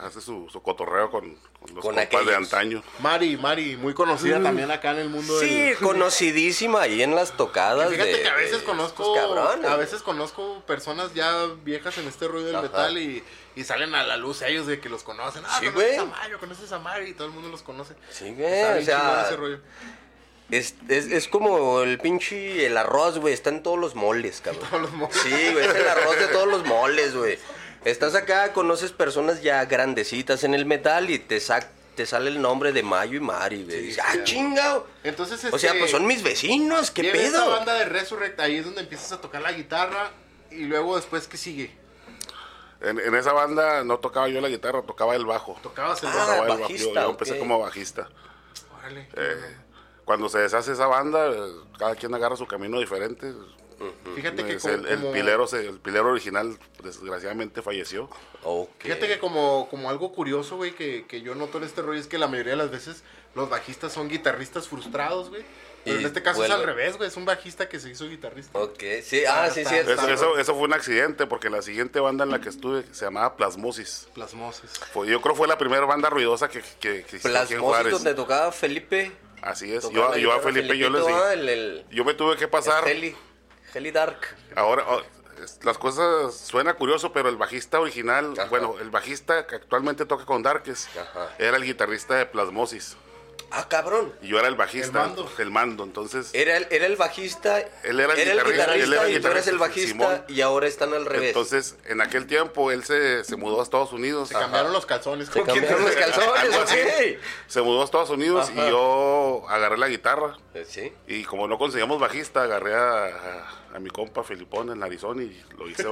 Speaker 3: hace su, su cotorreo con, con los
Speaker 2: Con
Speaker 3: compas
Speaker 2: aquellos.
Speaker 3: de antaño.
Speaker 1: Mari, Mari, muy conocida también acá en el mundo
Speaker 2: Sí,
Speaker 1: del...
Speaker 2: conocidísima ahí en las tocadas.
Speaker 1: Fíjate
Speaker 2: de-
Speaker 1: que a veces
Speaker 2: de
Speaker 1: conozco
Speaker 2: estos cabrones.
Speaker 1: a veces conozco personas ya viejas en este ruido del
Speaker 2: Ajá.
Speaker 1: metal y, y salen a la luz ellos de que los conocen. Ah,
Speaker 2: Sí,
Speaker 1: conoces a
Speaker 2: güey.
Speaker 1: Mario, conoces a Mario y todo el mundo los conoce.
Speaker 2: Sí,
Speaker 1: Está
Speaker 2: güey,
Speaker 1: bien
Speaker 2: o
Speaker 1: chingón
Speaker 2: sea,
Speaker 1: ese rollo.
Speaker 2: es, es, es como el pinche, el arroz, güey, está en todos los moles, cabrón.
Speaker 1: Todos los moles.
Speaker 2: Sí, güey, es el arroz de todos los moles, güey. Estás acá, conoces personas ya grandecitas en el metal y te, sac- te sale el nombre de Mayo y Mari, güey.
Speaker 1: Sí,
Speaker 2: Dices, ah,
Speaker 1: claro.
Speaker 2: chingado.
Speaker 1: Entonces,
Speaker 2: O sea,
Speaker 3: eh,
Speaker 1: este,
Speaker 2: pues son mis vecinos, ¿qué
Speaker 1: viene Esta
Speaker 2: pedo?
Speaker 1: banda de Resurrect, ahí es donde empiezas a tocar la guitarra y luego después, ¿qué sigue?
Speaker 3: En, en esa banda no tocaba yo la guitarra, tocaba el bajo.
Speaker 1: Tocabas el
Speaker 2: Ah,
Speaker 1: bajo.
Speaker 3: Tocaba el
Speaker 2: bajista,
Speaker 3: bajo. Yo, yo empecé
Speaker 2: ok.
Speaker 3: como bajista.
Speaker 1: Órale.
Speaker 3: Eh, cuando se deshace esa banda, eh, cada quien agarra su camino diferente.
Speaker 2: Mm,
Speaker 1: Fíjate
Speaker 2: pues,
Speaker 1: que
Speaker 3: Es
Speaker 1: como-
Speaker 3: el, el
Speaker 1: como-
Speaker 3: pilero, se- el pilero original desgraciadamente falleció.
Speaker 2: Ok.
Speaker 1: Fíjate que como, como algo curioso, güey, que, que yo noto en este rollo es que la mayoría de las veces los bajistas son guitarristas frustrados, güey. Pero
Speaker 2: Y
Speaker 1: en este caso es al
Speaker 2: vuelve.
Speaker 1: revés, güey. Es un bajista que se hizo guitarrista.
Speaker 2: Ok, sí, ah, sí,
Speaker 1: Eso-
Speaker 2: sí.
Speaker 3: Eso,
Speaker 1: Está
Speaker 3: eso, eso fue un accidente porque la siguiente banda en la que estuve se llamaba Plasmosis.
Speaker 1: Plasmosis.
Speaker 3: Fue- yo creo fue la primera banda ruidosa que, que, que existió aquí en
Speaker 2: Plasmosis
Speaker 3: Juárez.
Speaker 2: donde tocaba Felipe.
Speaker 3: Así es.
Speaker 2: Tocaba
Speaker 3: Yo,
Speaker 2: la
Speaker 3: yo a
Speaker 2: guitarra
Speaker 3: Felipe yo le
Speaker 2: Felipito, ah,
Speaker 3: enseñé.
Speaker 2: el- el-
Speaker 3: Yo me tuve que pasar.
Speaker 2: Heli, Heli Dark.
Speaker 3: Ahora, oh, es- las cosas suena curioso, pero el bajista original,
Speaker 2: Ajá.
Speaker 3: bueno, el bajista que actualmente toca con Darkes,
Speaker 2: Ajá.
Speaker 3: era el guitarrista de Plasmosis.
Speaker 2: Ah, cabrón.
Speaker 3: Y yo era el bajista,
Speaker 1: El mando.
Speaker 3: el mando, entonces.
Speaker 2: Era el, era el bajista.
Speaker 3: Él era el guitarrista, él era el
Speaker 2: y tú eres el
Speaker 3: guitarrista,
Speaker 2: bajista
Speaker 3: Simón.
Speaker 2: y ahora están al revés.
Speaker 3: Entonces, en aquel tiempo, él se, se mudó a Estados Unidos.
Speaker 1: Se cambiaron los calzones.
Speaker 2: Se
Speaker 1: ¿Con quién
Speaker 2: cambiaron
Speaker 1: te-
Speaker 2: los calzones,
Speaker 3: Algo así.
Speaker 2: ok.
Speaker 3: Se mudó a Estados Unidos
Speaker 2: Ajá.
Speaker 3: y yo agarré la guitarra.
Speaker 2: Eh, Sí.
Speaker 3: Y como no conseguíamos bajista, agarré a, a- a mi compa Felipón en Arizona y lo hice.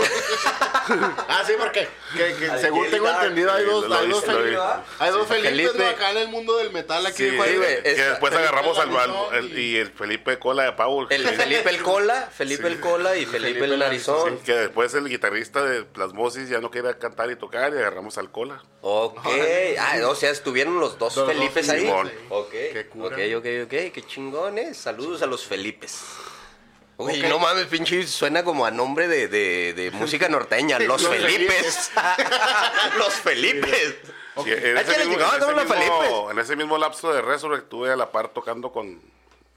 Speaker 1: Ah, sí, porque que- que
Speaker 2: Al
Speaker 1: según
Speaker 2: Gil
Speaker 1: tengo
Speaker 2: Dark.
Speaker 1: entendido hay
Speaker 3: Sí,
Speaker 1: dos,
Speaker 3: lo
Speaker 1: hay dos,
Speaker 3: hice,
Speaker 1: Felipe-
Speaker 3: lo hice.
Speaker 1: hay dos
Speaker 2: Sí,
Speaker 1: Felipes,
Speaker 2: Felipe.
Speaker 1: ¿no? acá en el mundo del metal aquí
Speaker 3: Sí,
Speaker 1: en Juárez.
Speaker 2: güey,
Speaker 3: que
Speaker 2: esa-
Speaker 3: después
Speaker 1: Felipe
Speaker 3: agarramos al,
Speaker 1: Arizona
Speaker 3: al-
Speaker 1: y-
Speaker 3: el- y el Felipe Cola de Paul.
Speaker 2: El Felipe el Cola, Felipe el Cola y Felipe,
Speaker 1: Felipe
Speaker 2: el
Speaker 1: el
Speaker 2: Narizón.
Speaker 3: Que después el guitarrista de Plasmosis ya no quería cantar y tocar y agarramos al cola.
Speaker 2: Ok. Ah, o sea, estuvieron los dos
Speaker 1: Los dos
Speaker 2: Felipes ahí.
Speaker 3: Simón.
Speaker 2: Ok.
Speaker 1: Qué cura.
Speaker 2: ok, ok, ok. Qué chingones. Saludos a los Felipes. Uy,
Speaker 1: Ok.
Speaker 2: no mames, pinche, suena como a nombre de, de- de música norteña. Los
Speaker 1: Los
Speaker 2: Felipes. los Felipes.
Speaker 3: Sí,
Speaker 2: Es
Speaker 3: en,
Speaker 2: que le
Speaker 3: ese mismo,
Speaker 2: llegaban
Speaker 3: en ese
Speaker 2: con los
Speaker 3: mismo-
Speaker 2: Felipes.
Speaker 3: en ese mismo lapso de Resurrect tuve a la par tocando con,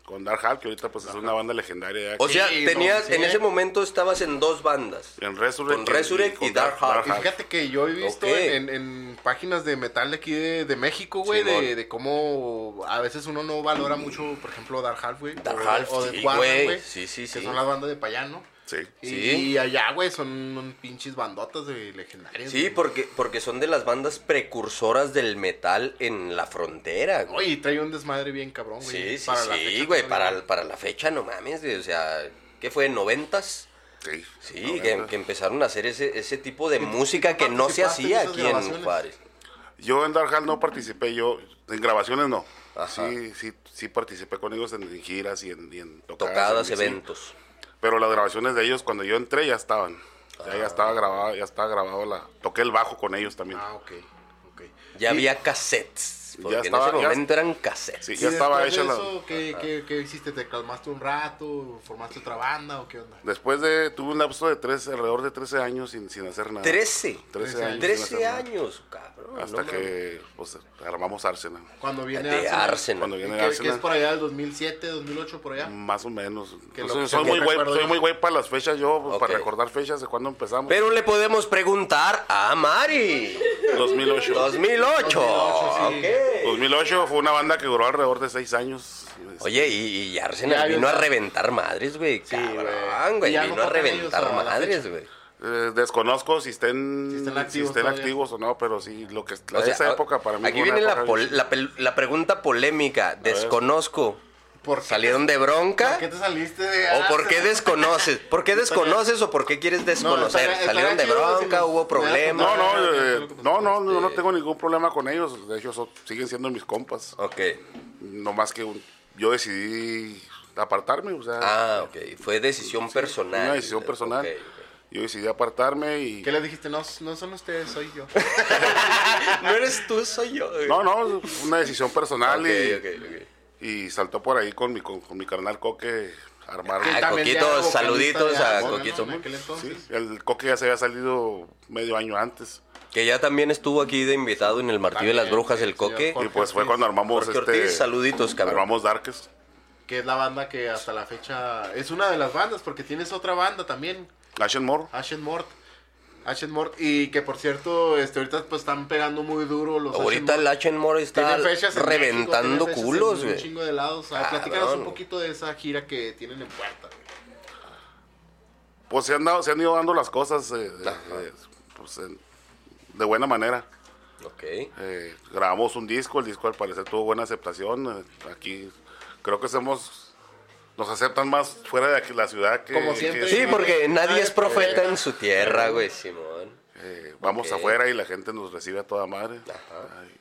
Speaker 3: con Dark Half, que ahorita pues es una banda legendaria. de
Speaker 2: O
Speaker 3: aquí.
Speaker 2: sea,
Speaker 1: Sí, no,
Speaker 2: tenías,
Speaker 1: sí.
Speaker 2: en ese momento estabas en dos bandas.
Speaker 3: en Resurrect,
Speaker 2: con Resurrect y
Speaker 3: con
Speaker 2: Dark Half.
Speaker 1: Y fíjate que yo he visto
Speaker 2: Ok.
Speaker 1: en, en páginas de metal de aquí de, de México, güey,
Speaker 2: Simón.
Speaker 1: de, de cómo a veces uno no valora mucho, por ejemplo, Dark Half, güey.
Speaker 2: Dark
Speaker 1: o-
Speaker 2: Half,
Speaker 1: o de
Speaker 2: sí,
Speaker 1: Juan,
Speaker 2: güey.
Speaker 1: güey.
Speaker 2: Sí, sí,
Speaker 1: Que
Speaker 2: sí.
Speaker 1: son las bandas de payano.
Speaker 3: Sí.
Speaker 1: Y,
Speaker 2: Sí.
Speaker 1: y allá, güey, son un pinches bandotas de legendarias.
Speaker 2: Sí,
Speaker 1: güey.
Speaker 2: porque, porque son de las bandas precursoras del metal en la frontera, güey.
Speaker 1: Oye, trae un desmadre bien cabrón, güey.
Speaker 2: Sí, sí,
Speaker 1: para la
Speaker 2: sí,
Speaker 1: fecha
Speaker 2: güey,
Speaker 1: todavía.
Speaker 2: para, para la fecha, no mames, güey, o sea, ¿qué fue, noventas?
Speaker 3: Sí,
Speaker 2: Sí, que,
Speaker 3: noventa.
Speaker 2: que empezaron a hacer ese, ese tipo de música que no se
Speaker 1: participaste en
Speaker 2: hacía
Speaker 1: esas
Speaker 2: aquí en
Speaker 1: grabaciones? Ah,
Speaker 2: Juárez.
Speaker 3: Yo en Dark Half no participé, yo en grabaciones no.
Speaker 2: Ajá.
Speaker 3: Sí, sí, sí participé con ellos en, en giras y en, y en tocadas.
Speaker 2: Tocadas,
Speaker 3: en- sí.
Speaker 2: eventos.
Speaker 3: Pero las grabaciones de ellos cuando yo entré ya estaban. Ya, ya estaba grabado, ya estaba grabado la. Toqué el bajo con ellos también.
Speaker 1: Ah, ok. ok.
Speaker 2: Ya
Speaker 1: Y-
Speaker 2: había cassettes,
Speaker 3: Ya
Speaker 2: porque
Speaker 3: estaba-
Speaker 2: en ese
Speaker 3: ya-
Speaker 2: momento eran cassettes.
Speaker 3: Sí,
Speaker 1: y
Speaker 3: ya estaba
Speaker 1: después
Speaker 3: hecha
Speaker 1: de
Speaker 3: la.
Speaker 1: Eso, ¿qué, qué, ¿Qué hiciste? ¿Te calmaste un rato? ¿Formaste otra banda o qué onda?
Speaker 3: Después de. Tuve un lapso de tres, alrededor de 13 años sin, sin hacer nada.
Speaker 2: Trece.
Speaker 3: 13 años. sin hacer
Speaker 2: Trece
Speaker 3: nada.
Speaker 2: años, cabrón.
Speaker 3: Hasta que pues, armamos Arsenal.
Speaker 1: Cuando viene
Speaker 2: De
Speaker 1: Arsenal.
Speaker 2: Arsenal.
Speaker 3: Cuando viene
Speaker 1: Que, que es
Speaker 3: Arsenal. Mm.
Speaker 1: por allá del 2007, 2008, por allá.
Speaker 3: Más o menos.
Speaker 1: Que
Speaker 3: Entonces,
Speaker 1: lo-
Speaker 3: soy,
Speaker 1: que
Speaker 3: muy güey,
Speaker 1: recuerdo
Speaker 3: soy
Speaker 1: yo.
Speaker 3: muy güey para las fechas yo, pues, para
Speaker 2: Ok.
Speaker 3: recordar fechas de cuando empezamos.
Speaker 2: Pero le podemos preguntar a Mari. 2008.
Speaker 3: 2008.
Speaker 1: 2008, sí.
Speaker 2: ok.
Speaker 3: 2008 fue una banda que duró alrededor de seis años.
Speaker 2: Oye, y, y Arsenal
Speaker 1: Pues Ya, yo
Speaker 2: vino a
Speaker 1: ya-
Speaker 2: reventar madres, güey. Cabrón,
Speaker 1: güey.
Speaker 2: güey.
Speaker 1: Y ya no
Speaker 2: Vino a
Speaker 1: tocan ellos
Speaker 2: reventar
Speaker 1: a la
Speaker 2: madres, güey.
Speaker 3: Eh, desconozco si estén,
Speaker 1: Si
Speaker 3: si
Speaker 1: estén
Speaker 3: estén,
Speaker 1: activos
Speaker 3: activos,
Speaker 1: todavía.
Speaker 3: o no, pero sí, lo que
Speaker 2: O sea,
Speaker 3: esa época para mí
Speaker 2: Aquí
Speaker 3: fue una
Speaker 2: viene la,
Speaker 3: época-
Speaker 2: pol- la pel- la pregunta polémica. Desconozco.
Speaker 1: ¿Por qué-
Speaker 2: ¿Salieron de
Speaker 1: ¿Por
Speaker 2: bronca?
Speaker 1: qué te saliste de
Speaker 2: ¿O por qué
Speaker 1: Arsenal?
Speaker 2: desconoces? ¿Por qué desconoces o por qué quieres desconocer?
Speaker 1: estaría-
Speaker 2: ¿Salieron de
Speaker 1: estaría chido si
Speaker 2: bronca?
Speaker 1: nos-
Speaker 2: ¿Hubo problemas?
Speaker 3: No, no, eh,
Speaker 1: Este-
Speaker 3: no, no, no, no tengo ningún problema con ellos. De hecho, son- siguen siendo mis compas.
Speaker 2: Ok.
Speaker 3: No más que un- yo decidí apartarme, o sea,
Speaker 2: Ah, ok. Fue decisión personal.
Speaker 3: una decisión personal.
Speaker 2: Ok, ok.
Speaker 3: Yo decidí apartarme y...
Speaker 1: ¿Qué le dijiste? No, no son ustedes, soy yo.
Speaker 2: No eres tú, soy yo. güey.
Speaker 3: No, no, una decisión personal
Speaker 2: Ok,
Speaker 3: y,
Speaker 2: ok, ok.
Speaker 3: y saltó por ahí con mi, con, con mi carnal Coque armar
Speaker 2: Ah,
Speaker 1: También
Speaker 3: un-
Speaker 1: ya
Speaker 2: Coquito,
Speaker 1: era vocalista
Speaker 2: saluditos
Speaker 1: de
Speaker 2: a
Speaker 1: Arsenal, ¿no?
Speaker 2: Coquito.
Speaker 1: En aquel entonces.
Speaker 3: sí, el Coque ya se había salido medio año antes.
Speaker 2: Que ya también estuvo aquí de invitado en el Martillo de las
Speaker 1: También,
Speaker 2: Brujas, el
Speaker 1: sí,
Speaker 2: Coque.
Speaker 1: Jorge
Speaker 3: y pues fue
Speaker 1: Ortiz.
Speaker 3: cuando armamos
Speaker 2: Jorge
Speaker 3: este...
Speaker 2: Ortiz, saluditos, cabrón.
Speaker 3: Armamos Darkest.
Speaker 1: Que es la banda que hasta la fecha es una de las bandas, porque tienes otra banda también,
Speaker 3: Ashen Moore.
Speaker 1: Ashen Mort. Ashen Mort, y que por cierto, este, ahorita pues están pegando muy duro los
Speaker 2: Ahorita
Speaker 1: Ashen
Speaker 2: el
Speaker 1: Mort.
Speaker 2: Achen Moro está
Speaker 1: Tienen fechas en México, tienen
Speaker 2: reventando
Speaker 1: fechas en
Speaker 2: culos,
Speaker 1: Un
Speaker 2: güey.
Speaker 1: chingo de lados. Ah,
Speaker 2: Cabrón.
Speaker 1: platícanos un poquito de esa gira que tienen en puerta.
Speaker 3: pues se han, dado, se han ido dando las cosas eh, eh, pues, en- de buena manera.
Speaker 2: Ok.
Speaker 3: Eh, grabamos un disco, el disco al parecer tuvo buena aceptación. eh, aquí creo que somos, nos aceptan más fuera de aquí, la ciudad que... este,
Speaker 1: Como siempre.
Speaker 3: que-
Speaker 2: Sí, porque nadie es
Speaker 1: Eh,
Speaker 2: profeta en su tierra, güey, Simón.
Speaker 3: eh, vamos
Speaker 2: Ok.
Speaker 3: afuera y la gente nos recibe a toda madre.
Speaker 2: Ajá.
Speaker 3: Ay,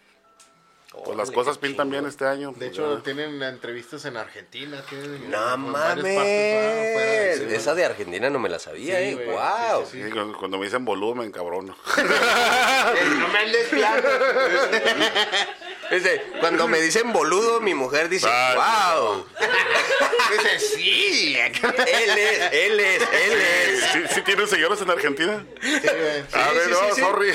Speaker 3: pues las
Speaker 2: Órale,
Speaker 3: cosas
Speaker 2: qué
Speaker 3: pintan
Speaker 2: chingo.
Speaker 3: bien este año.
Speaker 1: De
Speaker 3: pues,
Speaker 1: hecho,
Speaker 3: ya.
Speaker 1: tienen entrevistas en Argentina. Tienen
Speaker 4: este,
Speaker 2: No
Speaker 1: en varias partes, ah, fuera
Speaker 2: mames.
Speaker 1: de-
Speaker 2: Esa de Argentina no me la sabía,
Speaker 1: Sí,
Speaker 2: eh.
Speaker 1: güey,
Speaker 2: Wow.
Speaker 1: sí, sí,
Speaker 3: Sí, cuando- cuando me dicen volumen, cabrón.
Speaker 1: No me andes fiando.
Speaker 2: Dice, cuando me dicen boludo, mi mujer dice,
Speaker 3: Ah,
Speaker 2: wow.
Speaker 1: Dice, sí.
Speaker 2: Él es, él es, él es.
Speaker 3: ¿Sí, sí tienen seguidores en Argentina?
Speaker 1: Sí, güey.
Speaker 3: a ver,
Speaker 2: sí,
Speaker 3: no,
Speaker 2: sí, Pues sí.
Speaker 3: sorry.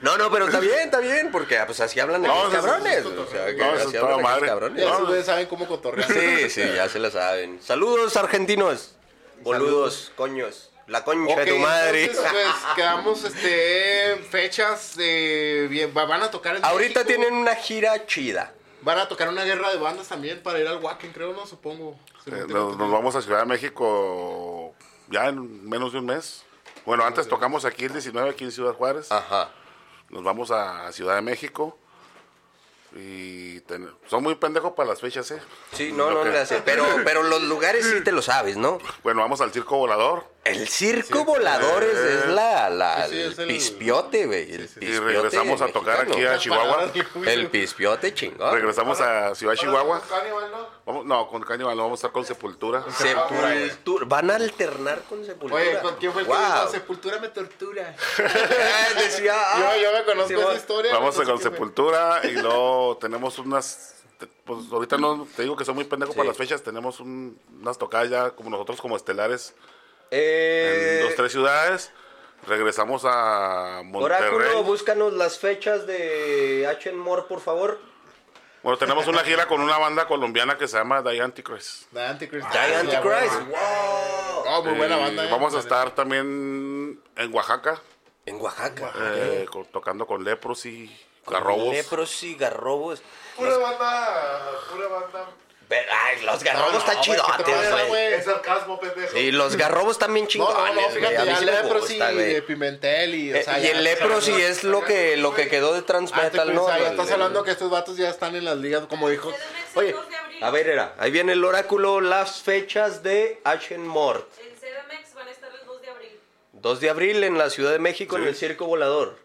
Speaker 2: No, no, pero está bien, está bien, porque ah, pues así hablan de
Speaker 3: No,
Speaker 2: los
Speaker 3: eso es-
Speaker 2: cabrones.
Speaker 3: eso es
Speaker 2: o sea, que
Speaker 3: no, eso
Speaker 2: así hablan
Speaker 3: es toda
Speaker 2: de los
Speaker 3: madre.
Speaker 2: cabrones.
Speaker 1: Ya ustedes saben cómo cotorrear.
Speaker 2: Sí, sí, ya se la saben. Saludos argentinos. Boludos, coños. La concha
Speaker 1: Ok,
Speaker 2: de tu madre.
Speaker 1: entonces, pues quedamos este fechas de bien, va- van a tocar en
Speaker 2: Ahorita
Speaker 1: México.
Speaker 2: tienen una gira chida.
Speaker 1: van a tocar una guerra de bandas también para ir al Wacken, creo, no supongo.
Speaker 3: Eh,
Speaker 1: Según tengo
Speaker 3: nos, nos
Speaker 1: entendido.
Speaker 3: vamos a Ciudad de México ya en menos de un mes. Bueno, antes tocamos aquí el 19, aquí en Ciudad Juárez.
Speaker 2: Ajá.
Speaker 3: Nos vamos a Ciudad de México. Y ten- son muy pendejos para las fechas, ¿eh?
Speaker 2: Sí, no,
Speaker 3: Lo
Speaker 2: no
Speaker 3: que-
Speaker 2: le hace. Pero, pero los lugares sí te lo sabes, ¿no?
Speaker 3: Bueno, vamos al Circo Volador.
Speaker 2: El circo volador es, es la, la
Speaker 1: Sí, sí, es
Speaker 2: el
Speaker 1: el-
Speaker 2: pispiote, güey. El
Speaker 3: Y regresamos a tocar aquí a
Speaker 2: mexicano.
Speaker 3: Chihuahua.
Speaker 1: Las palabras de-
Speaker 2: El pispiote chingón.
Speaker 3: Regresamos a Ciudad Chihuahua.
Speaker 1: Carnival, ¿no?
Speaker 3: Vamos- no, con Caño no vamos a estar con Sepultura.
Speaker 2: Sepultura. Van a alternar con Sepultura.
Speaker 1: Oye, ¿con quién fue el que
Speaker 2: Guau.
Speaker 1: dijo, sepultura me tortura?
Speaker 2: Ah, decía, ah,
Speaker 1: yo, yo me conozco
Speaker 2: sí,
Speaker 1: esa
Speaker 2: bueno.
Speaker 1: historia.
Speaker 3: Vamos
Speaker 1: no sé
Speaker 3: con
Speaker 1: qué fue.
Speaker 3: Sepultura y luego tenemos unas. te- Pues ahorita no te digo que son muy pendejos
Speaker 2: Sí.
Speaker 3: para las fechas. Tenemos un- unas tocadas ya como nosotros, como estelares,
Speaker 2: Eh,
Speaker 3: en dos, tres ciudades. Regresamos a
Speaker 2: Oráculo,
Speaker 3: Monterrey.
Speaker 2: búscanos las fechas de H. Moore, por favor.
Speaker 3: Bueno, tenemos una gira con una banda colombiana que se llama The Antichrist.
Speaker 1: The Antichrist.
Speaker 2: Giant
Speaker 1: Ah,
Speaker 2: Antichrist.
Speaker 1: bueno.
Speaker 2: Wow.
Speaker 1: Oh, muy buena
Speaker 3: Eh,
Speaker 1: banda. eh.
Speaker 3: Vamos a estar también en Oaxaca,
Speaker 2: En Oaxaca.
Speaker 1: Ah,
Speaker 3: eh, con- tocando con Leprosy,
Speaker 2: Con
Speaker 3: Garrobos.
Speaker 2: Lepros y garrobos.
Speaker 4: Pura banda, pura banda.
Speaker 2: Ve- Ay, los garrobos
Speaker 1: No,
Speaker 2: están
Speaker 1: güey, que te
Speaker 2: chidotes,
Speaker 1: vaya,
Speaker 2: güey.
Speaker 1: güey. Mm.
Speaker 4: Es sarcasmo, pendejo.
Speaker 2: Sí, los garrobos están bien
Speaker 1: No,
Speaker 2: chingones,
Speaker 1: no, no,
Speaker 2: güey. A
Speaker 1: fíjate,
Speaker 2: mí
Speaker 1: ya
Speaker 2: sí me
Speaker 1: Leprosy
Speaker 2: gusta, güey.
Speaker 1: de Pimentel y... o
Speaker 2: Eh,
Speaker 1: sea,
Speaker 2: y
Speaker 1: ya-
Speaker 2: el Leprosy
Speaker 1: ya-
Speaker 2: es lo que, lo que quedó de
Speaker 1: Ah, te-
Speaker 2: Transmetal,
Speaker 1: o
Speaker 2: ¿no?
Speaker 1: sea, ya
Speaker 2: El-
Speaker 1: estás
Speaker 2: el-
Speaker 1: hablando que estos vatos ya están en las ligas, como dijo. Oye,
Speaker 5: Oye,
Speaker 2: A ver, era. Ahí viene el oráculo, las fechas de Ashen Mort.
Speaker 5: En CDMX van a estar el 2 de abril.
Speaker 2: 2 de abril en la Ciudad de México, en
Speaker 3: Sí.
Speaker 2: el Circo Volador.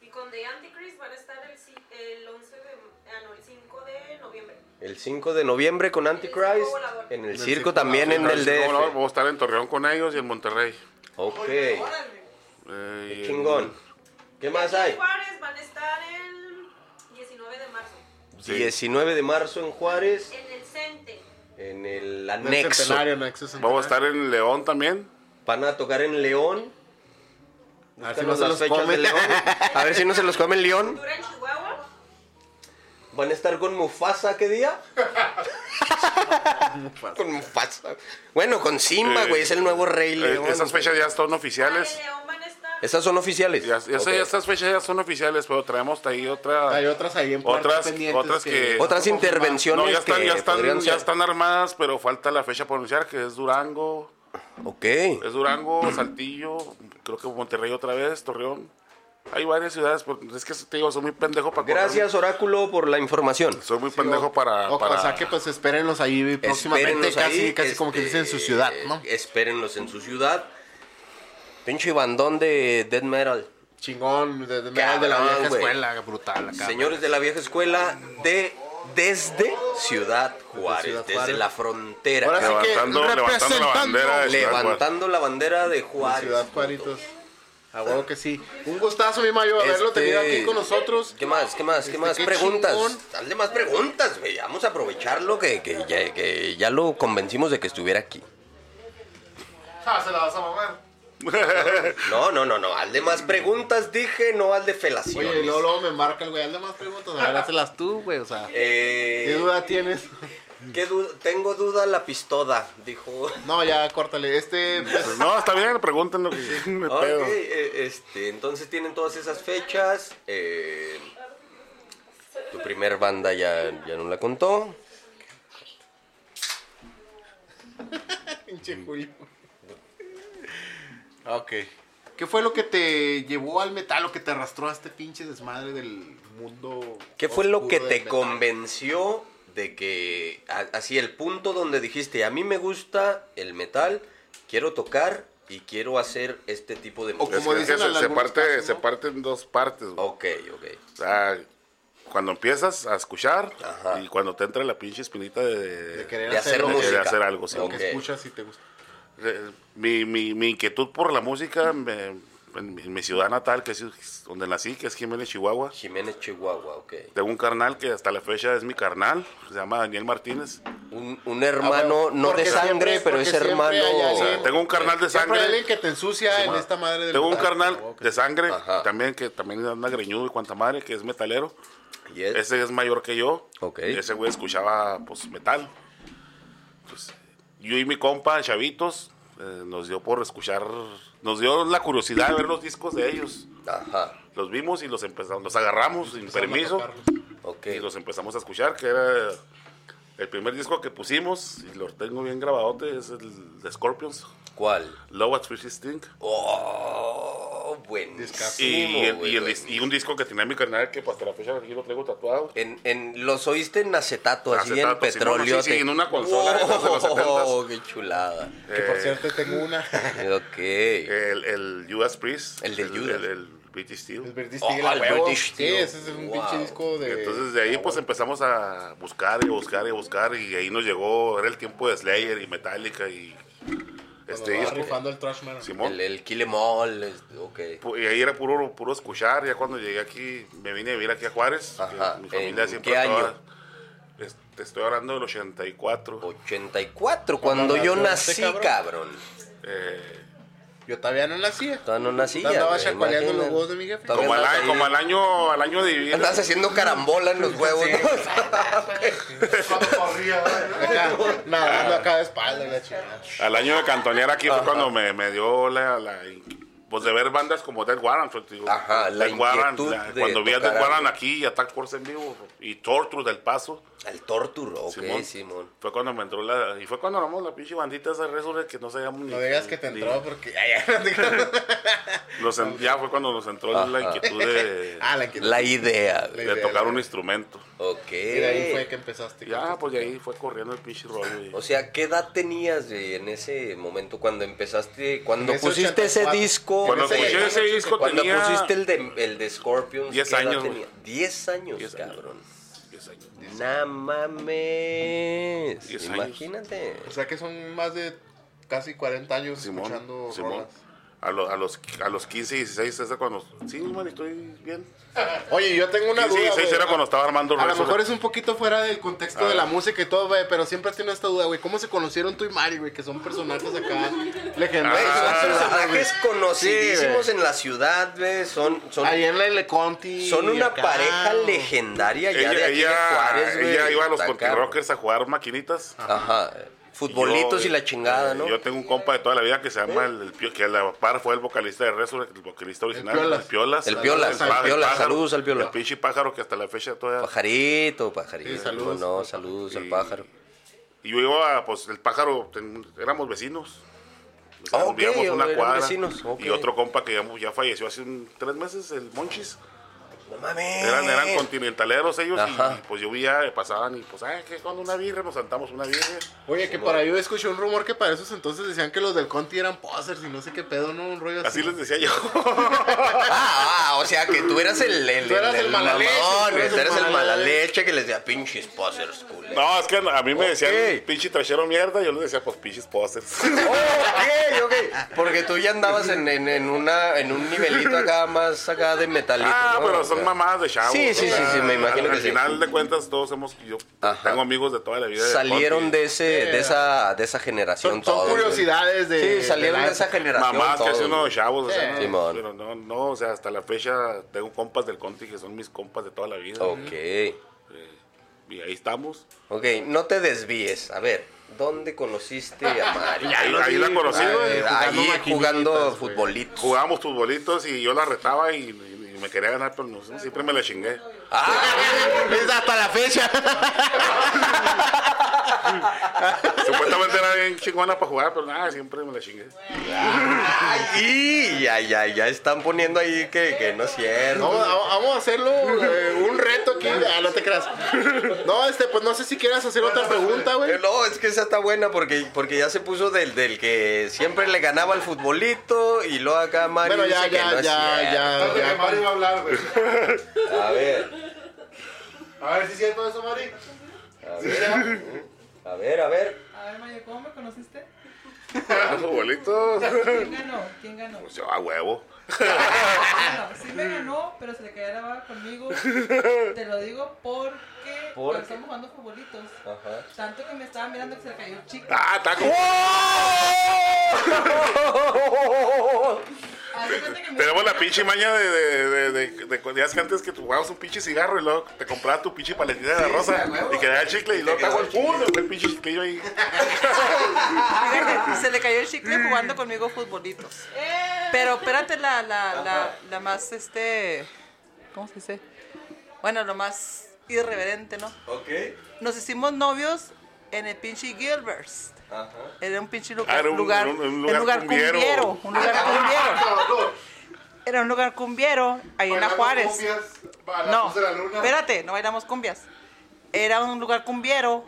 Speaker 5: Y con The Antichrist van a estar el, ci- el 11 de. Ah, no, el 5 de noviembre.
Speaker 2: El 5 de noviembre con
Speaker 5: En el
Speaker 2: Antichrist.
Speaker 5: Circo Volador.
Speaker 2: En el
Speaker 1: el
Speaker 2: circo
Speaker 1: Circo
Speaker 2: también, en
Speaker 3: Pero
Speaker 2: el
Speaker 3: sí, cómo no,
Speaker 2: DF.
Speaker 3: Vamos a estar en Torreón con ellos y en Monterrey.
Speaker 2: Ok.
Speaker 5: Órale.
Speaker 3: Eh, y en-
Speaker 2: Chingón. ¿Qué más
Speaker 5: Aquí en
Speaker 2: hay?
Speaker 5: Juárez van a estar el 19 de marzo.
Speaker 3: Sí.
Speaker 2: 19 de marzo en Juárez,
Speaker 5: En el CENTE.
Speaker 2: en el
Speaker 1: en el
Speaker 2: anexo.
Speaker 1: Centenario, Nexo
Speaker 3: Vamos a
Speaker 1: Centenario.
Speaker 3: estar en León también.
Speaker 2: Van a tocar en León.
Speaker 1: A ver si
Speaker 2: Búscanos
Speaker 1: no se
Speaker 2: las
Speaker 1: los
Speaker 2: fechas
Speaker 1: come.
Speaker 2: de León. A ver si no se los come el león.
Speaker 5: ¿Dura en Chihuahua?
Speaker 2: ¿Van a estar con Mufasa qué día? con Mufasa. Bueno, con Simba,
Speaker 3: Eh,
Speaker 2: güey, es el nuevo rey
Speaker 3: Eh,
Speaker 2: león.
Speaker 3: esas fechas ya son
Speaker 5: Ah,
Speaker 3: oficiales.
Speaker 5: en León van a estar.
Speaker 2: ¿Esas son oficiales.
Speaker 3: Ya, ya sé,
Speaker 2: Ok.
Speaker 3: Estas fechas ya son oficiales, pero traemos ahí otra.
Speaker 1: Hay otras ahí en puerta
Speaker 3: Otras-
Speaker 1: pendientes
Speaker 3: otras que-
Speaker 1: no son
Speaker 2: Otras
Speaker 1: confirmadas.
Speaker 2: intervenciones
Speaker 3: No, ya están,
Speaker 2: que
Speaker 3: ya, están,
Speaker 2: podrían
Speaker 3: ya
Speaker 2: ser.
Speaker 3: están armadas, pero falta la fecha por anunciar, que es Durango.
Speaker 2: Ok.
Speaker 3: Es Durango, Saltillo, creo que Monterrey otra vez, Torreón. Hay varias ciudades, pero es que te digo, soy muy pendejo para correr.
Speaker 2: Gracias, Oráculo, por la información.
Speaker 3: Soy muy
Speaker 1: Sí,
Speaker 3: pendejo
Speaker 1: o-
Speaker 3: para,
Speaker 1: o,
Speaker 3: para-
Speaker 1: o sea que pues espérenlos ahí próximamente,
Speaker 2: Espérenlos
Speaker 1: casi,
Speaker 2: ahí,
Speaker 1: casi como que
Speaker 2: este,
Speaker 1: dicen en su ciudad, ¿no?
Speaker 2: Espérenlos en su ciudad. Pinche bandón de Dead Metal.
Speaker 1: Chingón, de, de, metal de la
Speaker 2: Cabrón,
Speaker 1: vieja
Speaker 2: güey.
Speaker 1: escuela, brutal acá.
Speaker 2: Señores de la vieja escuela de desde Ciudad Juárez,
Speaker 1: Ciudad
Speaker 2: desde
Speaker 1: Juárez.
Speaker 2: la frontera.
Speaker 1: Ahora sí que
Speaker 3: Levantando- levantando la
Speaker 1: representando
Speaker 3: bandera de-
Speaker 2: levantando la bandera de Juárez.
Speaker 1: Ciudad Juaritos. A huevo que sí. Un gustazo, mi mayo, haberlo
Speaker 2: Este,
Speaker 1: tenido aquí con nosotros.
Speaker 2: ¿Qué más? ¿Qué más? ¿Qué
Speaker 1: Este,
Speaker 2: más?
Speaker 1: qué
Speaker 2: preguntas.
Speaker 1: chingón.
Speaker 2: Hazle más preguntas, güey. Vamos a aprovecharlo que, que ya, que ya lo convencimos de que estuviera aquí.
Speaker 4: Ah, se la vas a mamar.
Speaker 2: No, no, no, no. Hazle más preguntas, dije, no al de felaciones.
Speaker 1: Oye, y luego, luego me marca el güey, hazle más preguntas, a ver, hácelas tú, güey, o sea.
Speaker 2: Eh,
Speaker 1: ¿Qué duda tienes?
Speaker 2: ¿qué du- tengo duda la pistoda, dijo.
Speaker 1: No, ya, córtale. Este, pues,
Speaker 3: No, está bien, pregunten lo que me
Speaker 2: Ok,
Speaker 3: pedo.
Speaker 2: eh, este, entonces tienen todas esas fechas. eh, tu primer banda ya, ya no la contó.
Speaker 1: pinche Julio. Ok. ¿Qué fue lo que te llevó al metal, lo que te arrastró a este pinche desmadre del mundo?
Speaker 2: ¿Qué fue lo
Speaker 1: oscuro
Speaker 2: que
Speaker 1: del
Speaker 2: te
Speaker 1: metal?
Speaker 2: convenció de que, a- así el punto donde dijiste, a mí me gusta el metal, quiero tocar y quiero hacer este tipo de
Speaker 1: O
Speaker 2: música?
Speaker 1: como
Speaker 3: Es que
Speaker 1: dicen en
Speaker 3: se, se
Speaker 1: algunos
Speaker 3: parte,
Speaker 1: casos,
Speaker 3: se
Speaker 1: ¿no?
Speaker 3: parte en dos partes. güey.
Speaker 2: Ok, ok.
Speaker 3: O sea, cuando empiezas a escuchar
Speaker 2: Ajá.
Speaker 3: y cuando te entra la pinche espinita de,
Speaker 1: De querer
Speaker 2: De hacer
Speaker 1: hacer
Speaker 3: de
Speaker 2: música.
Speaker 3: querer hacer algo. sí.
Speaker 1: Lo que
Speaker 2: Ok.
Speaker 1: escuchas y te gusta.
Speaker 3: Eh, Mi, mi, mi inquietud por la música me- en, mi- en mi ciudad natal, que es donde nací, que es Jiménez, Chihuahua.
Speaker 2: Jiménez Chihuahua, ok.
Speaker 3: Tengo un carnal que hasta la fecha es mi carnal, se llama Daniel Martínez.
Speaker 2: Un, un hermano,
Speaker 1: Ah, bueno,
Speaker 2: no de
Speaker 1: porque siempre-
Speaker 2: sangre, pero es
Speaker 1: porque siempre
Speaker 2: hermano...
Speaker 1: hay
Speaker 3: O sea,
Speaker 1: Sí.
Speaker 3: tengo un carnal de
Speaker 1: Siempre hay alguien
Speaker 3: sangre.
Speaker 1: que te ensucia en esta madre del
Speaker 3: Tengo un
Speaker 1: metal.
Speaker 3: carnal de sangre
Speaker 2: Ah, Ajá.
Speaker 3: también que también anda greñudo y cuanta madre, que es metalero.
Speaker 2: y es-
Speaker 3: Ese es mayor que yo.
Speaker 2: Eh. Ok.
Speaker 3: Ese güey escuchaba pues metal. Pues, yo y mi compa, Chavitos, eh, nos dio por escuchar, nos dio la curiosidad de ver los discos de ellos.
Speaker 2: Ajá,
Speaker 3: Los vimos y los empezamos, los agarramos sin permiso
Speaker 2: ok.
Speaker 3: y los empezamos a escuchar, que era el primer disco que pusimos y lo tengo bien grabadote, es el de Scorpions,
Speaker 2: ¿Cuál?
Speaker 3: Love at First Instinct.
Speaker 2: Oh,
Speaker 1: Discazo.
Speaker 2: buenísimo.
Speaker 3: Y, el-
Speaker 2: güey,
Speaker 3: y el dis-
Speaker 2: buenísimo.
Speaker 3: y un disco que tenía mi carnal que hasta la fecha aquí lo traigo tatuado.
Speaker 2: En, en, los oíste en acetato, así en
Speaker 3: Acetato, Simón,
Speaker 2: petróleo.
Speaker 3: sí, sí, en una consola de esas de los
Speaker 2: Wow, ¡Qué chulada!
Speaker 1: Que por cierto tengo una.
Speaker 2: Ok.
Speaker 3: Eh, El, el Judas Priest.
Speaker 2: El de Judas.
Speaker 3: El, el British Steel.
Speaker 1: El British
Speaker 2: Oh,
Speaker 1: Steel, a
Speaker 2: el
Speaker 1: huevo.
Speaker 2: British
Speaker 1: Sí,
Speaker 2: Steel.
Speaker 1: ese es un
Speaker 2: Wow.
Speaker 1: pinche disco de.
Speaker 3: Entonces de ahí pues empezamos a buscar y buscar y buscar y ahí nos llegó, era el tiempo de Slayer y Metallica y este
Speaker 1: cuando va
Speaker 3: disco.
Speaker 1: rifando el Trash Man.
Speaker 3: Simón.
Speaker 2: El, el Kill Em All, este, ok.
Speaker 3: Pu- Y ahí era puro, puro escuchar, ya cuando llegué aquí, me vine a vivir aquí a Juárez. que
Speaker 2: Ajá,
Speaker 3: Mi familia
Speaker 2: ¿en
Speaker 3: siempre
Speaker 2: qué
Speaker 3: estaba-
Speaker 2: año?
Speaker 3: es- Te estoy hablando del 84.
Speaker 2: 84, cuando yo
Speaker 1: nació
Speaker 2: nací,
Speaker 1: este cabrón.
Speaker 2: cabrón.
Speaker 3: Eh,
Speaker 1: Yo todavía no nacía.
Speaker 2: Todavía no nací.
Speaker 1: Andaba
Speaker 2: güey,
Speaker 1: chacoaleando
Speaker 2: imagínate.
Speaker 1: los huevos de mi jefe.
Speaker 2: Todavía
Speaker 3: como, al,
Speaker 2: andas
Speaker 3: año-
Speaker 2: ahí-
Speaker 3: como al año, al año de vivir.
Speaker 2: Andas haciendo carambola en los huevos, ¿no?
Speaker 4: Cuando corría, ¿verdad?
Speaker 1: Acá, nadando acá de espalda, la chingada.
Speaker 3: Al año de cantonear aquí fue cuando me, me dio la, la in- pues de ver bandas como Dead Warren, fue, digo,
Speaker 2: Ajá, la
Speaker 3: Dead Warren,
Speaker 2: inquietud
Speaker 3: la-
Speaker 2: de
Speaker 3: cuando vi a
Speaker 2: tocar
Speaker 3: Dead Warren
Speaker 2: algo.
Speaker 3: aquí y Attack Force en vivo y Torture del Paso,
Speaker 2: El Torturo, ok,
Speaker 3: Simón.
Speaker 2: Simón.
Speaker 3: fue cuando me entró la y fue cuando armamos la pinche bandita esa Resurrect que no sabíamos ni
Speaker 1: No digas que te
Speaker 3: ni-
Speaker 1: entró porque. Ay, ay, no digas-
Speaker 3: nos en- ya fue cuando nos entró la
Speaker 2: Ajá.
Speaker 3: inquietud de,
Speaker 1: Ah, la que.
Speaker 2: La idea, güey.
Speaker 1: La
Speaker 3: de
Speaker 1: idea,
Speaker 3: tocar
Speaker 1: la
Speaker 3: un
Speaker 1: idea.
Speaker 3: instrumento.
Speaker 2: Ok.
Speaker 1: Y de ahí fue que empezaste.
Speaker 3: Ya, pues de ahí fue corriendo el pinche rollo. y-
Speaker 1: Pues,
Speaker 2: O sea, ¿qué edad tenías güey, en ese momento cuando empezaste, cuando
Speaker 1: En ese
Speaker 2: pusiste ese
Speaker 1: 84.
Speaker 2: disco?
Speaker 3: Cuando
Speaker 1: ese-
Speaker 3: escuché ese disco
Speaker 2: Cuando
Speaker 3: tenía
Speaker 2: pusiste el de, el de Scorpions,
Speaker 3: Diez
Speaker 2: ¿qué edad
Speaker 3: años, güey.
Speaker 2: tenía? 10 años,
Speaker 3: Diez años.
Speaker 2: cabrón.
Speaker 3: 10 años.
Speaker 2: No mames.
Speaker 3: Diez años.
Speaker 2: Imagínate.
Speaker 1: O sea que son más de casi 40 años
Speaker 3: Simón,
Speaker 1: escuchando
Speaker 3: Simón.
Speaker 1: rolas.
Speaker 3: A, lo- a los, a los 15, 16, es cuando... Sí, man, estoy bien.
Speaker 1: Oye, yo tengo una
Speaker 3: 15,
Speaker 1: duda.
Speaker 3: 16
Speaker 1: güey.
Speaker 3: era cuando estaba armando
Speaker 1: A lo
Speaker 3: Rezo,
Speaker 1: mejor
Speaker 3: güey.
Speaker 1: es un poquito fuera del contexto
Speaker 3: A
Speaker 1: de la
Speaker 3: ver.
Speaker 1: música y todo, güey, pero siempre tiene esta duda, güey. ¿Cómo se conocieron tú y Mari, güey? Que son personajes acá
Speaker 2: Güey,
Speaker 1: legendarios.
Speaker 2: son
Speaker 3: Ah,
Speaker 2: personajes conocidísimos
Speaker 1: Sí,
Speaker 2: en la ciudad, güey. Son, son,
Speaker 1: Ahí en el Conti.
Speaker 2: son una
Speaker 1: acá,
Speaker 2: pareja
Speaker 1: güey.
Speaker 2: legendaria ya
Speaker 3: Ella,
Speaker 2: de aquí
Speaker 3: ella-
Speaker 2: de Juárez, güey.
Speaker 3: ella iba a los
Speaker 2: Está
Speaker 3: Conti
Speaker 2: cabrón.
Speaker 3: Rockers a jugar maquinitas.
Speaker 2: Ajá. Futbolitos y
Speaker 3: Yo,
Speaker 2: la chingada, ¿no?
Speaker 3: eh, Yo tengo un compa de toda la vida que se llama el, el Pio- que a la par fue el vocalista de Resurrect, el vocalista original, el
Speaker 1: Piolas.
Speaker 3: Piolas. Piolas.
Speaker 2: El Piolas, el
Speaker 3: pájaro,
Speaker 2: Piolas,
Speaker 3: pájaro,
Speaker 2: saludos al Piolas.
Speaker 3: El pinche pájaro que hasta la fecha todavía...
Speaker 2: Pajarito, pajarito.
Speaker 1: Sí, saludos.
Speaker 2: No, saludos al
Speaker 3: Y-
Speaker 2: pájaro.
Speaker 3: Y yo iba, pues el pájaro, ten- éramos vecinos. O
Speaker 2: Ah,
Speaker 3: sea,
Speaker 2: ok,
Speaker 3: vivíamos en una
Speaker 2: eran
Speaker 3: cuadra.
Speaker 2: vecinos, ok.
Speaker 3: Y otro compa que ya, mu- ya falleció hace un- tres meses, el Monchis.
Speaker 2: No mames.
Speaker 3: Eran, eran continentaleros ellos y,
Speaker 2: Eh. Ajá.
Speaker 3: y, pues yo veía, eh, pasaban y pues, ay, que cuando una birra, nos saltamos una birra.
Speaker 1: Oye, que para yo escuché un rumor que para esos entonces decían que los del Conti eran posers y no sé qué pedo, ¿no? Un rollo así.
Speaker 3: Así les decía yo.
Speaker 2: Ah, ah, o sea que tú eras el, el,
Speaker 1: Tú eras el mala leche,
Speaker 2: mamón,
Speaker 1: tú
Speaker 2: güey,
Speaker 1: eras
Speaker 2: tú
Speaker 1: el
Speaker 2: eras el
Speaker 1: mala
Speaker 2: mala leche que les decía pinches posers, culeros.
Speaker 3: no, es que a mí me decían
Speaker 2: Ok.
Speaker 3: pinche trachero mierda, yo les decía, pues pinches posers.
Speaker 2: Ok, ok. Porque tú ya andabas en, en, en una, en un nivelito acá más acá de metalito.
Speaker 3: Ah,
Speaker 2: ¿no?
Speaker 3: pero
Speaker 2: O
Speaker 3: son
Speaker 2: sea,
Speaker 3: mamadas de chavos.
Speaker 2: Sí, sí, sí,
Speaker 3: o sea,
Speaker 2: sí, me imagino
Speaker 3: al,
Speaker 2: que
Speaker 3: al
Speaker 2: sí.
Speaker 3: final de cuentas todos hemos, yo
Speaker 2: Ajá.
Speaker 3: tengo amigos de toda la vida.
Speaker 2: Salieron
Speaker 3: Conti.
Speaker 2: de ese, de esa, de esa generación
Speaker 1: Son, son
Speaker 2: todos, güey.
Speaker 1: curiosidades de.
Speaker 2: Sí, salieron
Speaker 1: la-
Speaker 2: de esa generación
Speaker 3: Mamás que
Speaker 2: todos,
Speaker 3: hace uno de
Speaker 2: güey.
Speaker 3: chavos, o sea,
Speaker 1: Sí.
Speaker 3: no,
Speaker 2: Simón.
Speaker 3: pero no, no, o sea, hasta la fecha tengo compas del Conti que son mis compas de toda la vida.
Speaker 2: Ok.
Speaker 3: Y ahí estamos.
Speaker 2: Ok, no te desvíes. A ver, ¿dónde conociste a Mari?
Speaker 3: ahí ahí la conocí,
Speaker 1: Ah,
Speaker 3: güey.
Speaker 2: Eh,
Speaker 1: jugando
Speaker 2: Ahí
Speaker 1: maquinitas,
Speaker 2: jugando
Speaker 1: güey.
Speaker 2: futbolitos.
Speaker 3: Jugábamos futbolitos y yo la retaba y, y- y me quería ganar, pero no, sé, siempre me la chingué.
Speaker 2: Ah,
Speaker 1: Es hasta la fecha.
Speaker 3: Supuestamente era bien chingona para jugar, pero nada, siempre me la chingué.
Speaker 2: y ya, ya, ya están poniendo ahí que, que no es cierto.
Speaker 1: No, a- vamos a hacerlo eh, un reto aquí. Ah, no te creas. No, este, pues no sé si quieras hacer otra pregunta, güey.
Speaker 2: Eh, No, es que esa está buena porque, porque ya se puso del, del que siempre le ganaba al futbolito y luego acá Mario
Speaker 1: Bueno, ya,
Speaker 2: dice que
Speaker 1: ya,
Speaker 2: no es
Speaker 1: ya,
Speaker 2: cierto.
Speaker 1: ya,
Speaker 4: Tanto que
Speaker 1: ya.
Speaker 4: Mari va a hablar, güey.
Speaker 2: A ver,
Speaker 4: A ver si es cierto eso, Mari.
Speaker 2: a ver, a ver, a ver.
Speaker 6: A ver, Mario, ¿cómo me conociste?
Speaker 3: Jugando futbolitos.
Speaker 6: ¿Quién ganó? ¿Quién ganó?
Speaker 3: Pues yo, a huevo.
Speaker 6: Bueno, sí me ganó, pero se le caía la baba conmigo. Te lo digo porque
Speaker 2: ¿Por
Speaker 6: cuando
Speaker 2: qué?
Speaker 6: estamos jugando futbolitos.
Speaker 2: Ajá.
Speaker 6: Tanto que me estaba mirando que se le cayó el chico.
Speaker 3: Ah, taco.
Speaker 6: Haz de cuenta que me-
Speaker 3: Tenemos la pinche maña de, de, de, de, de, de- es que antes que tú jugabas un pinche cigarro y luego te comprabas tu pinche paletita de rosa y quedaba chicle y luego te hago el pum, se fue el pinche chiquillo ahí.
Speaker 7: Fíjate, se le cayó el chicle jugando conmigo futbolitos. Pero espérate, la, la, la, la más, este, ¿cómo se dice? Bueno, lo más irreverente, ¿no?
Speaker 2: Ok,
Speaker 7: Nos hicimos novios en el pinche Gilbert's.
Speaker 2: ajá.
Speaker 7: Era un pinche lugar,
Speaker 3: Ah, era un-
Speaker 7: lugar,
Speaker 3: era un- un
Speaker 7: un
Speaker 3: lugar
Speaker 7: lugar,
Speaker 3: cumbiero.
Speaker 7: cumbiero. Un lugar
Speaker 4: Ah,
Speaker 7: cumbiero. Era un lugar cumbiero ahí en La Juárez. No,
Speaker 4: No. De la luna.
Speaker 7: espérate, no bailamos cumbias. Era un lugar cumbiero.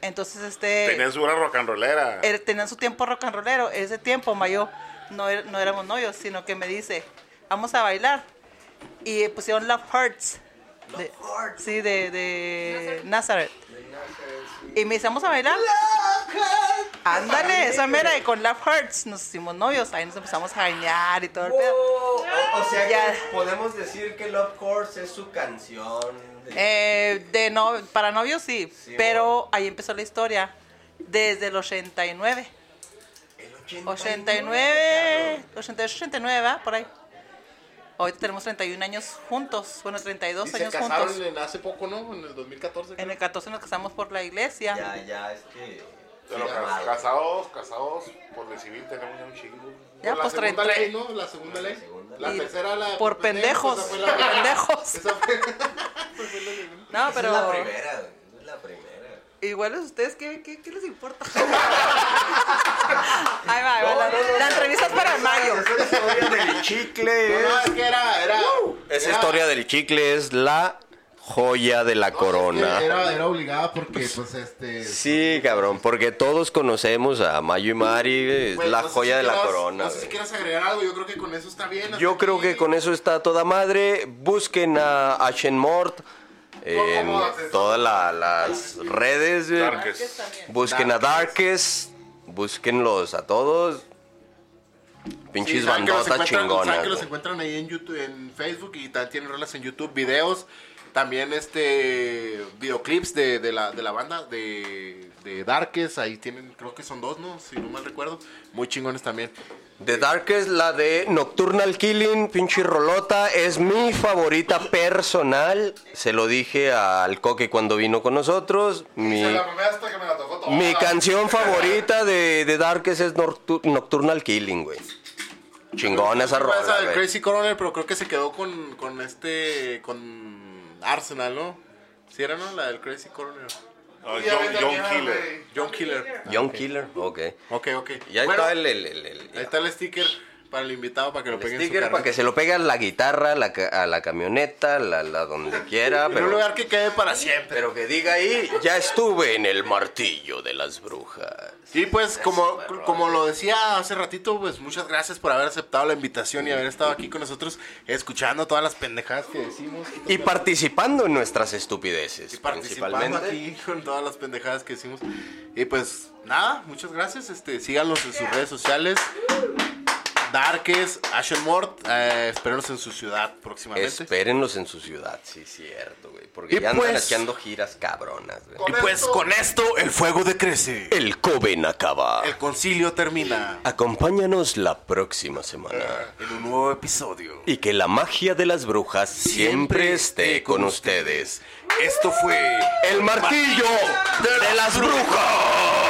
Speaker 7: Entonces, este...
Speaker 3: Tenías una rock and rollera.
Speaker 7: Él- tenían su tiempo rock and rollero. Ese tiempo, Mayo, no, er- no éramos novios, sino que me dice, vamos a bailar. Y eh, pusieron Love Hurts. de- Sí, de, de Nazareth. Y me dice, vamos a bailar. Ándale, esa mera. Y con Love Hurts nos hicimos novios. Ahí nos empezamos a jañar y todo el pedo.
Speaker 2: o, o sea
Speaker 7: Ya.
Speaker 2: que podemos decir que Love Course es su canción. de-
Speaker 7: Eh, de no, para novios sí,
Speaker 2: Sí,
Speaker 7: pero ahí empezó la historia. Desde el 89.
Speaker 2: el 89.
Speaker 7: 89, 88, 89, ¿verdad? Por ahí. Hoy tenemos 31 años juntos, bueno, 32
Speaker 1: Y se
Speaker 7: años
Speaker 1: casaron
Speaker 7: juntos.
Speaker 1: en hace poco, ¿no? En el 2014.
Speaker 7: En el 14 nos casamos por la
Speaker 2: cabrón.
Speaker 7: iglesia.
Speaker 2: Ya, ya, es que.
Speaker 3: Pero ca- casados, casados, por el civil tenemos ya un chingo.
Speaker 7: Ya,
Speaker 1: Por
Speaker 7: pues
Speaker 1: la segunda
Speaker 7: 33.
Speaker 1: ley, ¿no? La segunda ley. La
Speaker 7: Y
Speaker 1: tercera, la. pues,
Speaker 7: por pendejos,
Speaker 1: esa fue
Speaker 7: por
Speaker 1: la-
Speaker 7: pendejos.
Speaker 1: esa fue-
Speaker 7: No,
Speaker 2: Esa
Speaker 7: pero
Speaker 2: Es la primera, güey, es la primera.
Speaker 7: igual a ustedes, ¿qué, qué, qué les importa? ahí va, ahí va. La, la entrevista es para mayo.
Speaker 2: historia del chicle.
Speaker 1: No, es que era. era
Speaker 2: Esa
Speaker 1: era-
Speaker 2: historia del chicle es la joya de la corona.
Speaker 1: Era, era obligada porque, pues, este.
Speaker 2: Sí, cabrón, porque todos conocemos a Mayo y Mari, es
Speaker 1: güey,
Speaker 2: la
Speaker 1: no sé
Speaker 2: joya
Speaker 1: si
Speaker 2: de la
Speaker 1: quieras-
Speaker 2: corona.
Speaker 1: No sé si
Speaker 2: güey.
Speaker 1: quieras agregar algo, yo creo que con eso está bien. hasta
Speaker 2: Yo creo
Speaker 1: aquí.
Speaker 2: que con eso está toda madre. Busquen a Ashen Mort en
Speaker 1: ¿Cómo haces?
Speaker 2: todas la- las redes. güey.
Speaker 3: Darkes.
Speaker 2: Busquen a Darkes, búsquenlos a todos. pinches
Speaker 1: Sí, saben que los
Speaker 2: bandotas
Speaker 1: encuentran- saben
Speaker 2: chingonas.
Speaker 1: que los
Speaker 2: güey.
Speaker 1: encuentran ahí en YouTube, en Facebook y también tienen rolas en YouTube, videos, también este videoclips de, de la, de la banda de, de Darkes, ahí tienen, creo que son dos, ¿no? Si no mal recuerdo, muy chingones también.
Speaker 2: The Darkest, la de Nocturnal Killing, pinche rolota, es mi favorita personal. Se lo dije al Coque cuando vino con nosotros. Mi,
Speaker 4: Se la mamé hasta que me la tocó toda.
Speaker 2: mi
Speaker 1: Oh.
Speaker 2: canción favorita de The Darkest es Noctu- Nocturnal Killing, güey. Chingona esa rola,
Speaker 1: Esa de
Speaker 2: güey.
Speaker 1: Crazy Coroner, pero creo que se quedó con, con este, con Arsenal, ¿no? Si era, ¿no? La del Crazy Coroner.
Speaker 3: Ah,
Speaker 4: Ya
Speaker 3: John,
Speaker 4: vete a
Speaker 3: John
Speaker 4: mierda,
Speaker 3: Killer.
Speaker 4: güey.
Speaker 1: John Killer.
Speaker 2: Young Killer, ok.
Speaker 1: Ok, ok.
Speaker 2: Y ahí
Speaker 1: Bueno,
Speaker 2: está el, el- el- el-
Speaker 1: ahí está el sticker para el invitado para que lo
Speaker 2: el
Speaker 1: peguen en su
Speaker 2: sticker para
Speaker 1: carnet.
Speaker 2: que se lo pegue a la guitarra, a la, ca- a la camioneta, la, la donde quiera.
Speaker 1: En un
Speaker 2: Pero,
Speaker 1: lugar que quede para siempre.
Speaker 2: pero que diga ahí, ya estuve en el martillo de las brujas.
Speaker 1: Y pues como,
Speaker 2: Eso,
Speaker 1: como
Speaker 2: bro.
Speaker 1: lo decía hace ratito, pues muchas gracias por haber aceptado la invitación y haber estado aquí con nosotros escuchando todas las pendejadas que decimos.
Speaker 2: Y participando en nuestras estupideces.
Speaker 1: Y participando
Speaker 2: principalmente.
Speaker 1: aquí con todas las pendejadas que decimos. Y pues nada, muchas gracias. Este, síganos en sus redes sociales. Darkes, Ashenmort, eh, espérenos en su ciudad próximamente.
Speaker 2: Espérenlos en su ciudad, sí, cierto, güey. Porque
Speaker 1: Y
Speaker 2: ya andan
Speaker 1: pues-
Speaker 2: haciendo giras cabronas, güey.
Speaker 1: y pues con esto el fuego decrece.
Speaker 2: El Coven acaba.
Speaker 1: El concilio termina
Speaker 2: Acompáñanos la próxima semana.
Speaker 1: en un nuevo episodio.
Speaker 2: Y que la magia de las brujas siempre esté con ustedes.
Speaker 1: Esto fue
Speaker 2: El martillo de las brujas.